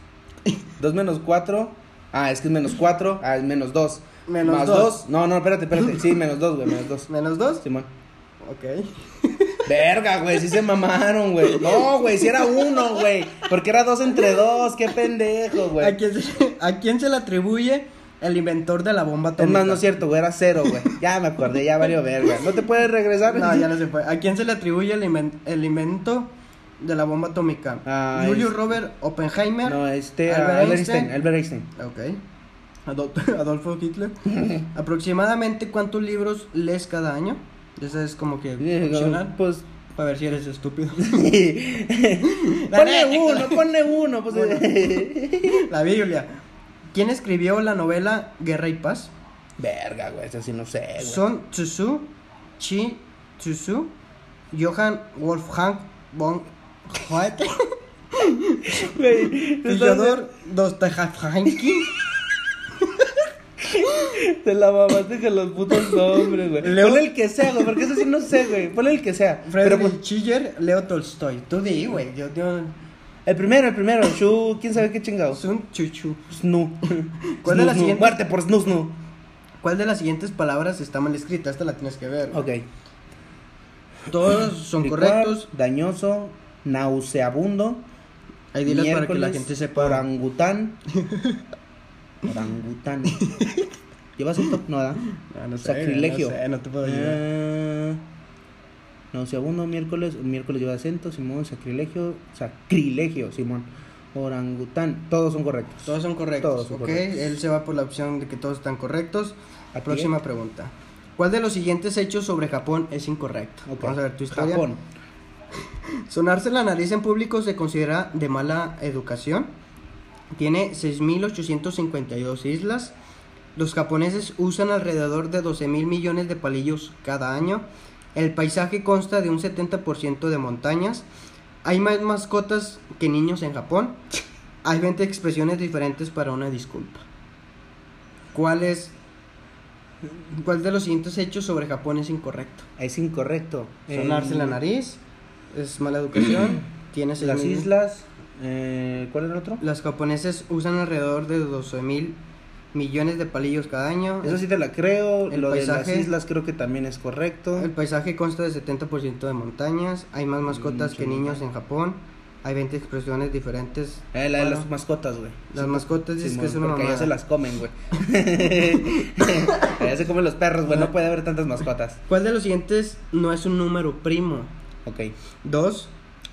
Speaker 2: 2 menos 4. Ah, es que es menos 4. Ah, es menos 2.
Speaker 1: Menos
Speaker 2: más
Speaker 1: dos.
Speaker 2: 2. No, no, espérate, espérate. Sí, menos 2, güey, menos 2.
Speaker 1: ¿Menos dos?
Speaker 2: Simón.
Speaker 1: Ok.
Speaker 2: Verga, güey, sí se mamaron, güey. No, güey, si era uno, güey. Porque era dos entre dos, qué pendejo,
Speaker 1: ¿A
Speaker 2: güey.
Speaker 1: quién, se, ¿A quién se le atribuye el inventor de la bomba
Speaker 2: Es
Speaker 1: atómica?
Speaker 2: más, no es cierto, güey, era cero, güey. Ya me acordé, ya valió verga. No te puedes regresar.
Speaker 1: No, ya no se puede. ¿A quién se le atribuye el, inven- el invento de la bomba atómica?
Speaker 2: Ah,
Speaker 1: Julio
Speaker 2: es-
Speaker 1: Robert Oppenheimer.
Speaker 2: No, este,
Speaker 1: Albert
Speaker 2: Albert
Speaker 1: Einstein.
Speaker 2: Einstein, Albert Einstein.
Speaker 1: Ok. Adol- *laughs* Adolfo
Speaker 2: *laughs*
Speaker 1: Hitler. ¿Aproximadamente cuántos libros lees cada año? Esa es como que opcional.
Speaker 2: Pues, *laughs*
Speaker 1: Para ver si eres estúpido. *laughs*
Speaker 2: ponle uno, ponle uno. Pues,
Speaker 1: la Biblia. ¿Quién escribió la novela Guerra y Paz?
Speaker 2: *laughs* Verga, güey, eso sí no sé, güey.
Speaker 1: Son Tzu, Chi Tzu, Johann Wolfgang von
Speaker 2: *laughs*
Speaker 1: Goethe,
Speaker 2: Güey, te estás-
Speaker 1: Fyodor
Speaker 2: *laughs*
Speaker 1: Dostoyevsky,
Speaker 2: Te la mamaste con los putos nombres, güey.
Speaker 1: Leo-
Speaker 2: Ponle el que sea, güey, porque eso sí no sé, güey. Ponle el que sea. Pero pues,
Speaker 1: Frederick Schiller, Leo Tolstoy. Tú di, güey. Yo digo
Speaker 2: El primero, el primero, Shu, quién sabe qué chingados.
Speaker 1: Sun Chuchu.
Speaker 2: Snu.
Speaker 1: ¿Cuál de las
Speaker 2: Snu, Snu.
Speaker 1: siguientes?
Speaker 2: Muerte por Snu Snu.
Speaker 1: ¿Cuál de las siguientes palabras está mal escrita? Esta la tienes que ver. güey.
Speaker 2: Ok.
Speaker 1: Todos son
Speaker 2: Licuar,
Speaker 1: correctos.
Speaker 2: Dañoso, nauseabundo.
Speaker 1: Ahí diles para que la
Speaker 2: miércoles,
Speaker 1: gente sepa. *laughs*
Speaker 2: Orangután. orangután. ¿Llevas un top? No, ¿verdad?
Speaker 1: Ah, no sé,
Speaker 2: Sacrilegio. Eh,
Speaker 1: No, sé, no te puedo ayudar.
Speaker 2: Ah, nauseabundo, miércoles. Miércoles lleva acento, Simón, sacrilegio. Sacrilegio, Simón. Orangután. Todos son correctos.
Speaker 1: Todos son correctos.
Speaker 2: Todos son
Speaker 1: ok,
Speaker 2: correctos.
Speaker 1: él se va por la opción de que todos están correctos.
Speaker 2: Así
Speaker 1: Próxima pregunta. ¿Cuál de los siguientes hechos sobre Japón es incorrecto?
Speaker 2: Ok.
Speaker 1: Vamos a ver tu historia.
Speaker 2: Japón.
Speaker 1: Sonarse la nariz en público se considera de mala educación. Tiene 6.852 islas. Los japoneses usan alrededor de 12.000 millones de palillos cada año. El paisaje consta de un 70% de montañas. Hay más mascotas que niños en Japón. Hay 20 expresiones diferentes para una disculpa. ¿Cuál es... ¿Cuál de los siguientes hechos sobre Japón es incorrecto?
Speaker 2: Es incorrecto.
Speaker 1: Sonarse
Speaker 2: Eh,
Speaker 1: la nariz es mala
Speaker 2: *clears throat*
Speaker 1: educación. Tienes
Speaker 2: Las islas. eh, ¿Cuál era el otro?
Speaker 1: Los japoneses usan alrededor de 12 mil millones de palillos cada año.
Speaker 2: Eso sí te la creo.
Speaker 1: El
Speaker 2: Lo de
Speaker 1: paisaje.
Speaker 2: las islas creo que también es correcto.
Speaker 1: El paisaje consta de 70% de montañas. Hay
Speaker 2: Mm,
Speaker 1: más mascotas
Speaker 2: Mucho
Speaker 1: que niños en Japón. Hay 20 expresiones diferentes.
Speaker 2: Eh, la de
Speaker 1: Bueno,
Speaker 2: las mascotas, güey.
Speaker 1: las mascotas dices
Speaker 2: Simón,
Speaker 1: que es una
Speaker 2: Porque allá
Speaker 1: mamada.
Speaker 2: se las comen, güey. *laughs* allá se comen los perros, güey. No puede haber tantas mascotas.
Speaker 1: ¿Cuál de los siguientes no es un número primo?
Speaker 2: Ok.
Speaker 1: 2,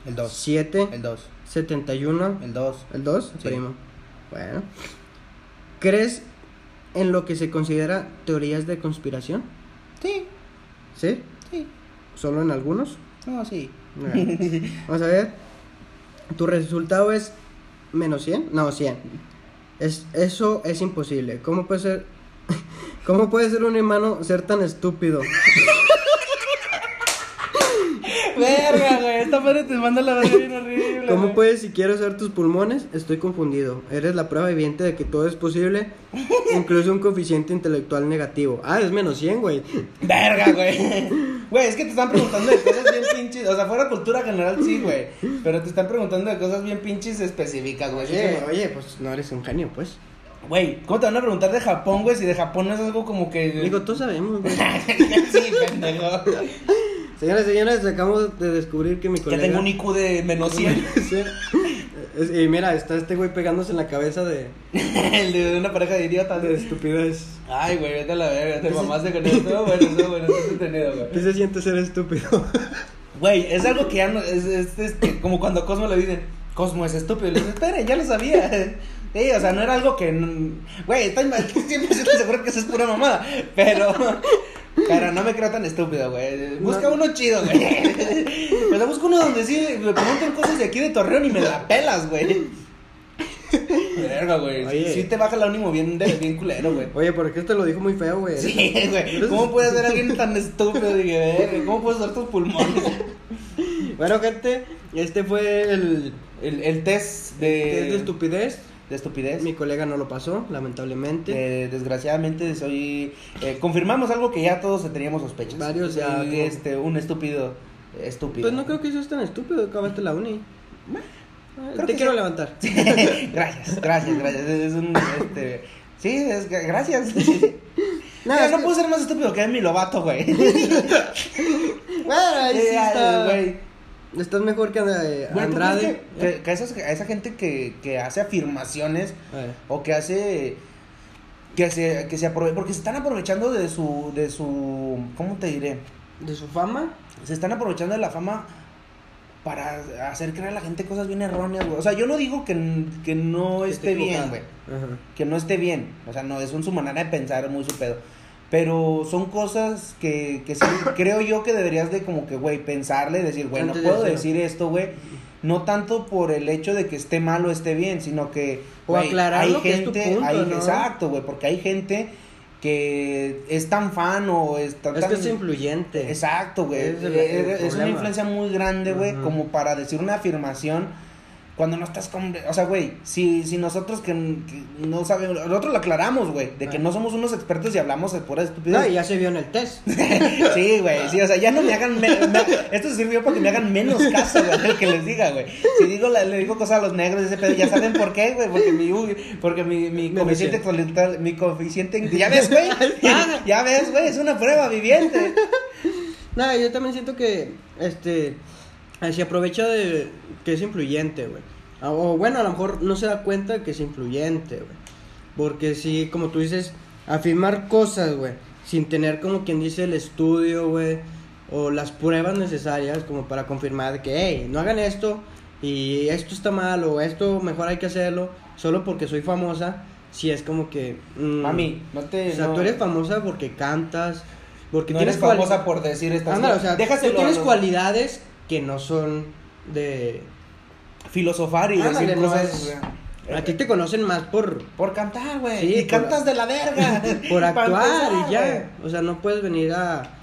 Speaker 2: El 2.
Speaker 1: 7,
Speaker 2: El 2.
Speaker 1: 71,
Speaker 2: El 2.
Speaker 1: ¿El 2?
Speaker 2: Sí.
Speaker 1: Primo. Bueno. ¿Crees en lo que se considera teorías de conspiración?
Speaker 2: Sí,
Speaker 1: ¿Sí?
Speaker 2: sí.
Speaker 1: ¿Solo en algunos?
Speaker 2: No, sí.
Speaker 1: Bueno. Vamos a ver. Tu resultado es menos 100. No, 100. Es, eso es imposible. ¿Cómo puede ser? *laughs* ¿Cómo puede ser un hermano ser tan estúpido?
Speaker 2: *laughs* Verga, güey. Esta madre te manda la verga bien horrible.
Speaker 1: ¿Cómo
Speaker 2: güey.
Speaker 1: puedes si quiero usar tus pulmones? Estoy confundido. Eres la prueba viviente de que todo es posible, incluso un coeficiente intelectual negativo. Ah, es menos 100, güey.
Speaker 2: Verga, güey. Güey, es que te están preguntando de cosas bien pinches. O sea, fuera cultura general, sí, güey. Pero te están preguntando de cosas bien pinches específicas, güey.
Speaker 1: Oye, oye, pues no eres un genio, pues.
Speaker 2: Güey, ¿cómo te van a preguntar de Japón, güey? Si de Japón no es algo como que.
Speaker 1: Digo, todos sabemos, güey.
Speaker 2: *laughs*
Speaker 1: *laughs*
Speaker 2: sí, pendejo.
Speaker 1: Señoras y señores, acabamos de descubrir que mi
Speaker 2: Que
Speaker 1: colega... *laughs*
Speaker 2: tengo un IQ de menos 100.
Speaker 1: Sí. Es- Y mira, está este güey pegándose en la cabeza de,
Speaker 2: El de una pareja de idiotas.
Speaker 1: de estupidez.
Speaker 2: Ay, güey, vete a la verga. Te mamaste con eso. Estuvo bueno, estuvo bueno, estuvo entretenido,
Speaker 1: ¿Qué
Speaker 2: güey.
Speaker 1: se siente ser estúpido?
Speaker 2: Güey, es algo que ya no. Es, es, este, como cuando a Cosmo le dicen, Cosmo es estúpido. Le dicen, esperen, ya lo sabía. *laughs* Sí, o sea, no era algo que. no- Güey, estoy mal. *laughs* Siempre estoy seguro que eso es pura mamada. Pero. Pero no me creo tan estúpido, güey. Busca
Speaker 1: No.
Speaker 2: uno chido, güey.
Speaker 1: *laughs*
Speaker 2: Pero busca uno donde sí me preguntan cosas de aquí de Torreón y me la pelas, güey. Verga, güey.
Speaker 1: Oye.
Speaker 2: Sí te baja el ánimo bien, de- bien culero, güey.
Speaker 1: *laughs* Oye, ¿por qué te lo dijo muy feo, güey?
Speaker 2: Sí, güey. ¿Cómo puedes ver a alguien tan estúpido? Dije, "Verga, ¿cómo puedes usar tus pulmones?
Speaker 1: Bueno, gente, este fue el...
Speaker 2: El, el test
Speaker 1: test
Speaker 2: de.
Speaker 1: de estupidez.
Speaker 2: de estupidez.
Speaker 1: Mi colega no lo pasó, lamentablemente.
Speaker 2: Eh, desgraciadamente soy eh, confirmamos algo que ya todos teníamos sospechas.
Speaker 1: Varios ya,
Speaker 2: Soy,
Speaker 1: como-
Speaker 2: este un estúpido estúpido.
Speaker 1: pues
Speaker 2: *laughs*
Speaker 1: no creo que seas tan estúpido, acabaste la uni. Ah,
Speaker 2: creo
Speaker 1: Te
Speaker 2: que
Speaker 1: quiero
Speaker 2: sí. *laughs*
Speaker 1: levantar.
Speaker 2: gracias, gracias, gracias. Es un este sí, es
Speaker 1: *laughs*
Speaker 2: gra- gracias.
Speaker 1: No,
Speaker 2: *laughs* Mira,
Speaker 1: es
Speaker 2: no
Speaker 1: que-
Speaker 2: puedo ser más estúpido que mi
Speaker 1: *laughs*
Speaker 2: lobato, güey. *laughs*
Speaker 1: Bueno, ahí sí
Speaker 2: Ya,
Speaker 1: está.
Speaker 2: Eh, güey.
Speaker 1: Estás mejor que eh,
Speaker 2: Güey, ¿tú
Speaker 1: Andrade.
Speaker 2: crees Que, que- que a esas- a esa gente que, que hace afirmaciones
Speaker 1: Eh,
Speaker 2: o que hace. Que se, que se aprove- Porque se están aprovechando de su. de su. ¿Cómo te diré?
Speaker 1: De su fama.
Speaker 2: Se están aprovechando de la fama para hacer creer a la gente cosas bien erróneas, güey. O sea, yo no digo que, n- que no
Speaker 1: que
Speaker 2: esté bien,
Speaker 1: equivocada.
Speaker 2: güey.
Speaker 1: Ajá.
Speaker 2: Que no esté bien. O sea, no, es un, su manera de pensar muy su pedo. Pero son cosas que, que sí, *coughs* creo yo que deberías de como que, güey, pensarle, decir, güey, no
Speaker 1: Antes de
Speaker 2: puedo
Speaker 1: hacerlo.
Speaker 2: decir esto, güey. No tanto por el hecho de que esté mal o esté bien, sino que...
Speaker 1: O
Speaker 2: güey,
Speaker 1: aclarar lo que es tu punto,
Speaker 2: hay-
Speaker 1: ¿no?
Speaker 2: Exacto, güey, porque hay gente que es tan fan o es tan...
Speaker 1: Es que
Speaker 2: tan-
Speaker 1: es influyente.
Speaker 2: Exacto, güey.
Speaker 1: Ese es
Speaker 2: Es,
Speaker 1: el- el
Speaker 2: es una
Speaker 1: problema.
Speaker 2: influencia muy grande, güey,
Speaker 1: Ajá.
Speaker 2: como para decir una afirmación cuando no estás con... O sea, güey, si, si nosotros que, que no sabemos... Nosotros lo aclaramos, güey, de que
Speaker 1: Ah.
Speaker 2: no somos unos expertos y hablamos de pura estupidez.
Speaker 1: No, y ya se vio en el test.
Speaker 2: *laughs* Sí, güey, sí, o sea, ya no me hagan... me- me- esto sirvió para que me hagan menos caso, güey, del que les diga, güey. Si digo, la- le digo cosas a los negros, ese pedo, ya saben por qué, güey, porque mi... Porque mi, mi
Speaker 1: Me
Speaker 2: coeficiente intelectual... Mi coeficiente... ¿Ya
Speaker 1: *laughs*
Speaker 2: ves, güey?
Speaker 1: Ah.
Speaker 2: ya, ya ves, güey, es una prueba viviente.
Speaker 1: Nada, yo también siento que este eh, se aprovecha de que es influyente, güey. Ah, O bueno, a lo mejor no se da cuenta que es influyente, güey. Porque si, como tú dices, afirmar cosas, güey, sin tener como quien dice el estudio, güey, o las pruebas necesarias como para confirmar que, hey, no hagan esto y esto está mal o esto mejor hay que hacerlo solo porque soy famosa, si es como que... mm,
Speaker 2: Mami, no te...
Speaker 1: o sea,
Speaker 2: no-
Speaker 1: tú eres famosa porque cantas, porque
Speaker 2: no
Speaker 1: tienes
Speaker 2: eres
Speaker 1: cuali-
Speaker 2: famosa por decir estas
Speaker 1: Ándale, o sea,
Speaker 2: Pues Déjaselo
Speaker 1: tú tienes
Speaker 2: a los-
Speaker 1: cualidades que no son de...
Speaker 2: filosofar y
Speaker 1: Ándale,
Speaker 2: decir
Speaker 1: no
Speaker 2: cosas.
Speaker 1: es-
Speaker 2: o sea,
Speaker 1: A ti te conocen más por,
Speaker 2: Por cantar, güey.
Speaker 1: Sí,
Speaker 2: y
Speaker 1: por-
Speaker 2: cantas *laughs* de la verga.
Speaker 1: por
Speaker 2: Pa'
Speaker 1: actuar
Speaker 2: empezar,
Speaker 1: y ya. O sea, no puedes venir a...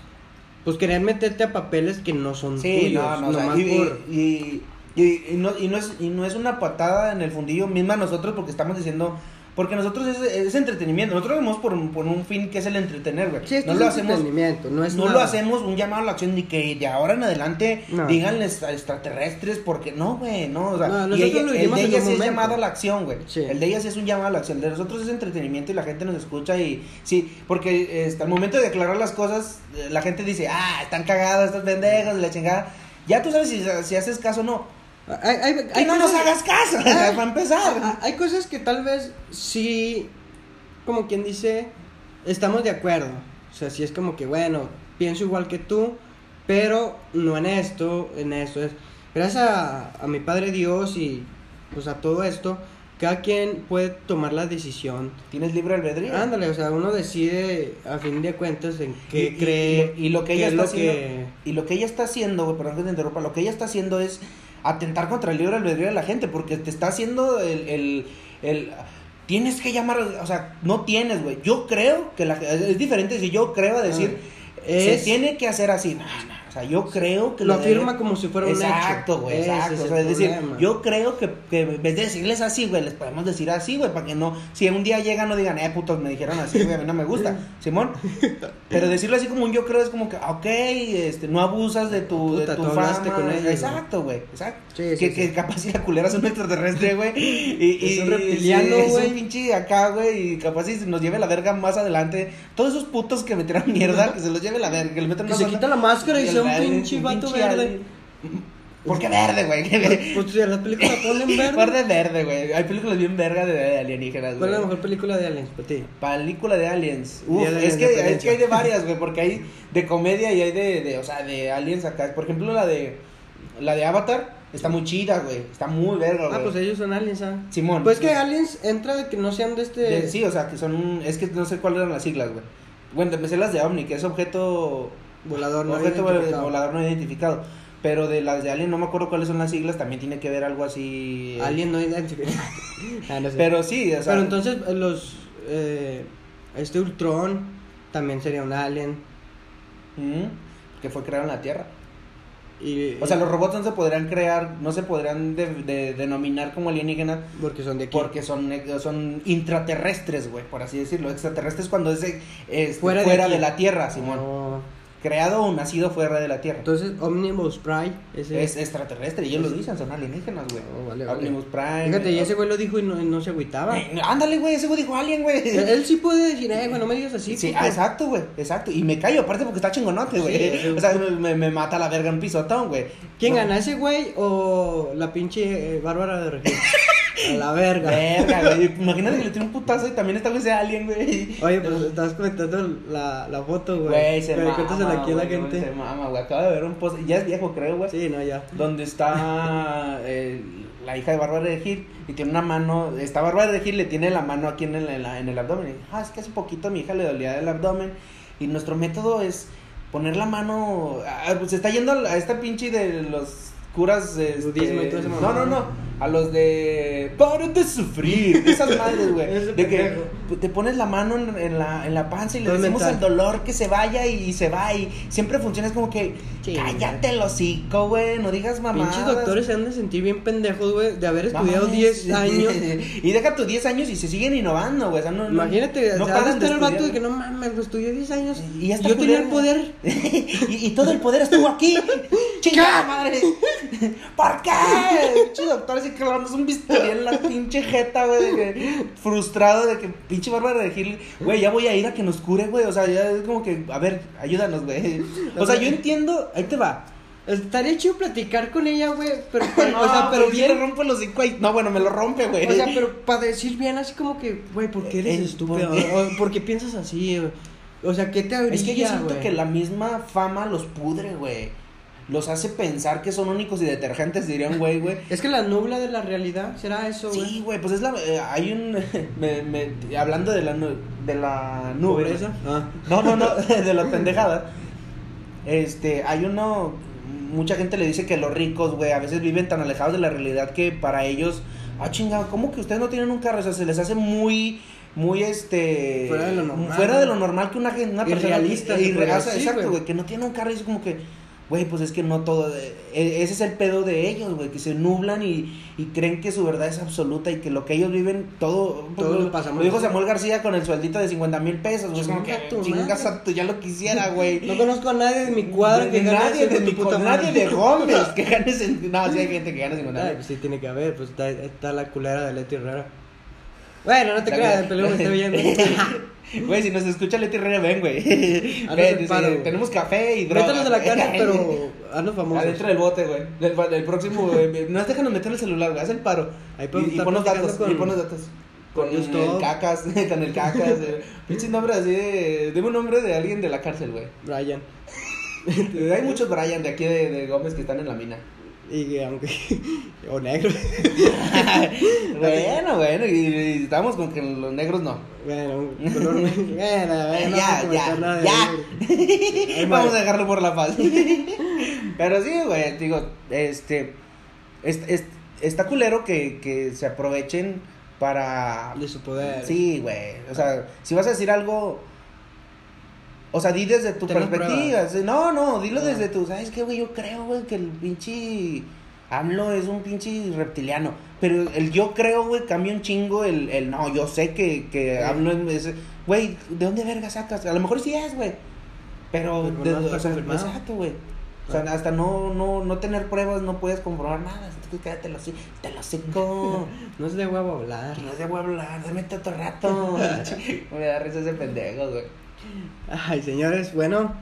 Speaker 1: Pues querer meterte a papeles que no son
Speaker 2: güey. Sí,
Speaker 1: tuyos.
Speaker 2: no, no, o sea,
Speaker 1: nomás
Speaker 2: y, y-
Speaker 1: por...
Speaker 2: y- y- y no, y no es, y no es una patada en el fundillo misma a nosotros porque estamos diciendo. Porque nosotros es, es entretenimiento. Nosotros lo hacemos por, por un fin que es el entretener, güey.
Speaker 1: Sí, es que
Speaker 2: no
Speaker 1: es
Speaker 2: lo hacemos
Speaker 1: entretenimiento, no es
Speaker 2: no lo
Speaker 1: nada.
Speaker 2: hacemos un llamado a la acción ni que de ahora en adelante
Speaker 1: No.
Speaker 2: díganles a extraterrestres porque no, güey, no, o sea,
Speaker 1: No,
Speaker 2: y
Speaker 1: nosotros
Speaker 2: ella-
Speaker 1: lo
Speaker 2: el
Speaker 1: dijimos
Speaker 2: de
Speaker 1: en
Speaker 2: ella
Speaker 1: un
Speaker 2: sí es
Speaker 1: momento.
Speaker 2: llamado a la acción, güey.
Speaker 1: Sí.
Speaker 2: El de ella sí es un llamado a la acción, el de nosotros es entretenimiento y la gente nos escucha y sí, porque hasta el momento de declarar las cosas, eh, la gente dice, ah, están cagadas estas pendejas, la chingada. Ya tú sabes si, si haces caso o no.
Speaker 1: Hay, hay-
Speaker 2: Y
Speaker 1: hay
Speaker 2: no nos
Speaker 1: cosas-
Speaker 2: hagas caso, *laughs* para empezar.
Speaker 1: Ah, Hay cosas que tal vez sí, como quien dice, estamos de acuerdo. O sea, sí es como que, bueno, pienso igual que tú, pero no en esto, en esto. Es, gracias a, a mi Padre Dios y pues a todo esto, cada quien puede tomar la decisión.
Speaker 2: Tienes libre albedrío.
Speaker 1: Ándale, o sea, uno decide a fin de cuentas en
Speaker 2: Y-
Speaker 1: qué
Speaker 2: y-
Speaker 1: cree.
Speaker 2: y, lo
Speaker 1: qué
Speaker 2: que ella
Speaker 1: es
Speaker 2: está
Speaker 1: lo
Speaker 2: haciendo
Speaker 1: que-
Speaker 2: y lo que ella está haciendo güey, perdón que te interrumpa lo que ella está haciendo es atentar contra el libre albedrío de la gente porque te está haciendo el, el, el- tienes que llamar o sea no tienes güey yo creo que la es diferente si yo creo a decir
Speaker 1: Ah,
Speaker 2: eh, se
Speaker 1: es-
Speaker 2: tiene que hacer así no, no, o sea yo creo que
Speaker 1: Lo
Speaker 2: debería-
Speaker 1: afirma como si fuera un hecho.
Speaker 2: Exacto, güey,
Speaker 1: Ese
Speaker 2: exacto.
Speaker 1: es
Speaker 2: o
Speaker 1: el
Speaker 2: sea, es decir,
Speaker 1: problema.
Speaker 2: yo creo que, que en vez de decirles así, güey, les podemos decir así, güey, para que no, si un día llegan no digan, eh, putos, me dijeron así, güey, a mí no
Speaker 1: *laughs*
Speaker 2: me gusta, Simón. Pero decirlo así como un yo creo es como que, ah, ok, este, no abusas de tu, de
Speaker 1: Puta,
Speaker 2: tu
Speaker 1: tú hablaste
Speaker 2: fama.
Speaker 1: con ellos, güey.
Speaker 2: exacto, güey, exacto.
Speaker 1: Sí, sí,
Speaker 2: que,
Speaker 1: sí.
Speaker 2: que capaz si la culera es un extraterrestre, güey. Y, y-
Speaker 1: Es un reptiliano,
Speaker 2: sí, Es un
Speaker 1: güey.
Speaker 2: pinche acá, güey, y capaz si nos lleve la verga más adelante. Todos esos putos que metieron mierda, que se los lleve la verga, que le metan
Speaker 1: Que
Speaker 2: una
Speaker 1: se
Speaker 2: banda-
Speaker 1: quita la máscara y
Speaker 2: el
Speaker 1: sea un
Speaker 2: verde,
Speaker 1: pinche
Speaker 2: un
Speaker 1: vato
Speaker 2: pinche
Speaker 1: verde.
Speaker 2: alien. *laughs* ¿Por qué verde, güey? *laughs*
Speaker 1: Pues si a las películas ponen verde.
Speaker 2: Verde verde, güey. Hay películas bien verga de, de alienígenas,
Speaker 1: ¿Cuál es la
Speaker 2: güey.
Speaker 1: mejor película de Aliens Pues, para ti?
Speaker 2: Película de aliens. Uf,
Speaker 1: Día de la
Speaker 2: es, que, es
Speaker 1: Independencia.
Speaker 2: que hay de varias, güey, porque hay de comedia y hay de, de, o sea, de aliens acá. Por ejemplo, la de la de Avatar está muy chida, güey. Está muy verga, güey.
Speaker 1: Ah, pues ellos son aliens, ¿ah?
Speaker 2: Simón.
Speaker 1: Pues que aliens entra de que no sean de este.
Speaker 2: De- sí, o sea, que son un- es que no sé cuáles eran las siglas, güey. Bueno, me sé las de OVNI, que es objeto
Speaker 1: Volador, no
Speaker 2: objeto
Speaker 1: identificado.
Speaker 2: volador no identificado. Pero de las de Alien no me acuerdo cuáles son las siglas, también tiene que ver algo así. eh,
Speaker 1: Alien no identificado. *laughs* Ah, no sé.
Speaker 2: Pero sí, o sea,
Speaker 1: Pero entonces eh, los. eh, este Ultron también sería un alien.
Speaker 2: ujú, que fue creado en la Tierra.
Speaker 3: Y-
Speaker 2: O sea, los robots no se podrán crear, no se podrán de- de- denominar como alienígenas
Speaker 1: Porque son de aquí.
Speaker 2: porque son, ex- son intraterrestres, güey, por así decirlo. Extraterrestres cuando es eh, este,
Speaker 3: Fuera
Speaker 2: fuera,
Speaker 3: de
Speaker 2: de,
Speaker 3: aquí.
Speaker 2: la Tierra, Simón.
Speaker 1: No.
Speaker 2: Creado o nacido fuera de la Tierra.
Speaker 1: Ah. Entonces, Omnibus Prime. Ese...
Speaker 2: Es extraterrestre, ellos lo dicen, son alienígenas, güey.
Speaker 1: Oh, vale, vale.
Speaker 2: Optimus Prime.
Speaker 1: Fíjate, y
Speaker 2: eh,
Speaker 1: ese güey lo dijo y no, no se agüitaba.
Speaker 2: eh, ándale, güey, ese güey dijo alien, güey.
Speaker 1: Él, él sí puede decir, eh, güey, no me digas así.
Speaker 2: Sí,
Speaker 1: puto".
Speaker 2: ah, exacto, güey, exacto. Y me callo, aparte porque está chingonote, güey.
Speaker 1: Sí,
Speaker 2: o sea, me, me mata la verga un pisotón, güey.
Speaker 1: ¿Quién
Speaker 2: No.
Speaker 1: gana, ese güey o la pinche eh, Bárbara de
Speaker 2: *laughs*
Speaker 1: Regil? A la verga.
Speaker 2: Verga, güey. Imagínate que le tiene un putazo y también está güey ese alien, güey.
Speaker 1: Oye, pues estás comentando la, la foto, güey.
Speaker 2: Güey, se
Speaker 1: Pero
Speaker 2: mama.
Speaker 1: cuéntasela aquí a la
Speaker 2: güey,
Speaker 1: gente.
Speaker 2: Se mama, güey. Acabo de ver un post. Ya es viejo, creo, güey.
Speaker 1: Sí, no, ya.
Speaker 2: Donde está eh, la hija de Bárbara de Gil y tiene una mano. Está Bárbara de Gil, le tiene la mano aquí en el, en la- en el abdomen. Y, ah, es que hace poquito a mi hija le dolía el abdomen. Y nuestro método es poner la mano. ah, pues se está yendo a esta pinche de los curas. este,
Speaker 1: Budismo y todo ese
Speaker 2: No, no,
Speaker 1: mamón.
Speaker 2: no. A los de. ¡Párate de sufrir! Esas madres, güey.
Speaker 1: *laughs* Ese
Speaker 2: De que
Speaker 1: pendejo.
Speaker 2: te pones la mano en, en la, en la panza y le
Speaker 1: Todo
Speaker 2: decimos
Speaker 1: mental.
Speaker 2: al dolor que se vaya y, se va. Y siempre funciona. Es como que.
Speaker 1: Sí.
Speaker 2: Cállate el hocico, güey. No digas mamá.
Speaker 1: Pinches doctores se han de sentir bien pendejos, güey, de haber estudiado 10 años.
Speaker 2: y deja tus 10 años y se siguen innovando, güey. O sea, *laughs* no, no-
Speaker 1: Imagínate,
Speaker 2: no
Speaker 1: o sea, ha de
Speaker 2: paran de
Speaker 1: estar el vato de que
Speaker 2: estudiar.
Speaker 1: no mames, güey, estudié 10 años.
Speaker 2: Y ya está
Speaker 1: yo tenía el
Speaker 2: culero.
Speaker 1: poder.
Speaker 2: *laughs* y, y todo el poder
Speaker 1: *laughs*
Speaker 2: estuvo aquí. ¡Chingada madre! *laughs* ¿Por qué? Pinche doctor así clavándose un bisturí en la pinche jeta, güey. de que- Frustrado de que pinche Bárbara de Gil, güey, ya voy a ir a que nos cure, güey. O sea, ya es como que, a ver, ayúdanos, güey.
Speaker 1: *laughs*
Speaker 2: O sea, yo entiendo, ahí te va.
Speaker 1: Estaría chido platicar con ella, güey, pero, pero-
Speaker 2: No,
Speaker 1: o sea, pero
Speaker 2: güey, sí
Speaker 1: bien.
Speaker 2: le rompo los cinco ahí. No, bueno, me lo rompe, güey.
Speaker 1: O
Speaker 2: *laughs*
Speaker 1: sea, pero para decir bien así como que, güey, ¿por qué eres
Speaker 2: Eh,
Speaker 1: estúpido?
Speaker 2: ¿por qué?
Speaker 1: O, ¿Por qué piensas así? güey? O sea, ¿qué te orilla,
Speaker 2: Es que yo siento
Speaker 1: güey?
Speaker 2: que la misma fama los pudre, güey. Los hace pensar que son únicos y detergentes, dirían, güey, güey.
Speaker 1: Es que la nubla de la realidad, ¿será eso, güey?
Speaker 2: Sí, güey, pues es la. eh, hay un. *laughs* me- me- hablando de la, nu- de la nube.
Speaker 1: ¿Pobreza? Ah.
Speaker 2: No, no, no, *laughs* de la pendejada. Este, hay uno. Mucha gente le dice que los ricos, güey, a veces viven tan alejados de la realidad que para ellos. Ah, chingado, ¿cómo que ustedes no tienen un carro? O sea, se les hace muy. Muy este.
Speaker 1: Fuera de lo normal.
Speaker 2: Fuera de lo normal que una, gen- una persona.
Speaker 1: Irrealista, se
Speaker 2: irre-
Speaker 1: podría
Speaker 2: o sea,
Speaker 1: decir,
Speaker 2: exacto,
Speaker 1: güey.
Speaker 2: güey, que no tiene un carro y es como que. Güey, pues es que no todo. eh, e- Ese es el pedo de ellos, güey, que se nublan y, y creen que su verdad es absoluta y que lo que ellos viven, todo. pues,
Speaker 1: Todo lo pasamos.
Speaker 2: dijo Samuel García con el sueldito de 50 mil pesos, güey. Es como que
Speaker 1: Chinga tu
Speaker 2: chingas
Speaker 1: madre.
Speaker 2: a Pues tu, ya
Speaker 1: *laughs*
Speaker 2: lo quisiera, güey.
Speaker 1: No conozco a nadie de mi cuadro que
Speaker 2: De
Speaker 1: gane
Speaker 2: nadie,
Speaker 1: eso
Speaker 2: de
Speaker 1: con
Speaker 2: mi
Speaker 1: tu
Speaker 2: puta
Speaker 1: madre. *laughs*
Speaker 2: nadie de hombres que ganes en. No, sí hay gente que gana 50
Speaker 1: Ay,
Speaker 2: mil.
Speaker 1: pues sí tiene que haber, pues está, está la culera de Leti Herrera. Bueno, no te creas, el pelón me *laughs* está viendo.
Speaker 2: Güey, si nos escucha Leti Herrera,
Speaker 1: *laughs*
Speaker 2: ven, güey.
Speaker 1: Haznos
Speaker 2: Ven,
Speaker 1: el
Speaker 2: dice,
Speaker 1: paro, güey.
Speaker 2: tenemos café y drogas.
Speaker 1: Métanos de la
Speaker 2: *laughs*
Speaker 1: cara, *laughs*
Speaker 2: güey.
Speaker 1: pero haznos famosos.
Speaker 2: Adentro del bote, güey. Del, del próximo,
Speaker 1: *laughs*
Speaker 2: güey. No déjanos meter el celular, güey. Haz el paro.
Speaker 1: Ahí
Speaker 2: y,
Speaker 1: podemos
Speaker 2: y
Speaker 1: estar
Speaker 2: pon los
Speaker 1: platicando
Speaker 2: datos.
Speaker 1: con-
Speaker 2: Y pon los datos.
Speaker 1: con
Speaker 2: Con
Speaker 1: Justo.
Speaker 2: el cacas, *laughs* con el cacas. eh. Pinche nombre así de. Deme un nombre de alguien de la
Speaker 1: *laughs*
Speaker 2: cárcel, güey.
Speaker 1: Brian.
Speaker 2: Hay muchos Brian de aquí de, de Gómez que están en la mina.
Speaker 1: Y que aunque. *laughs* o *laughs* negro.
Speaker 2: Bueno, bueno, y, y estábamos con que los negros no.
Speaker 1: Bueno, un color negro.
Speaker 2: *laughs*
Speaker 1: Bueno, a ver, no vamos
Speaker 2: Ya,
Speaker 1: a
Speaker 2: ya,
Speaker 1: comentar nada de
Speaker 2: ya.
Speaker 1: negro.
Speaker 2: *laughs* Vamos a dejarlo por la paz. *laughs* Pero sí, güey, digo, este, est- est- está culero que, que se aprovechen para...
Speaker 1: De su poder.
Speaker 2: Sí, güey, o sea, si vas a decir algo... O sea, di desde tu
Speaker 1: Ten las
Speaker 2: perspectiva. sí, No, no, dilo
Speaker 1: Ah.
Speaker 2: desde tu... ¿Sabes qué, güey? Yo creo, güey, que el pinche... AMLO es un pinche reptiliano. Pero el yo creo, güey, cambia un chingo el... el no, yo sé que, que
Speaker 1: Sí.
Speaker 2: AMLO es... es- Güey, ¿de dónde verga sacas? A lo mejor sí es, güey. Pero,
Speaker 1: Pero
Speaker 2: de-
Speaker 1: no está
Speaker 2: o sea,
Speaker 1: confirmado.
Speaker 2: exacto, güey. O sea, hasta no, no, no tener pruebas no puedes comprobar nada. Así que quédate lo sé, te
Speaker 1: *laughs*
Speaker 2: lo seco.
Speaker 1: No es de huevo hablar.
Speaker 2: No debo hablar, dame otro
Speaker 1: *laughs*
Speaker 2: rato. Me da risa ese pendejo, güey.
Speaker 1: Ay, señores, bueno.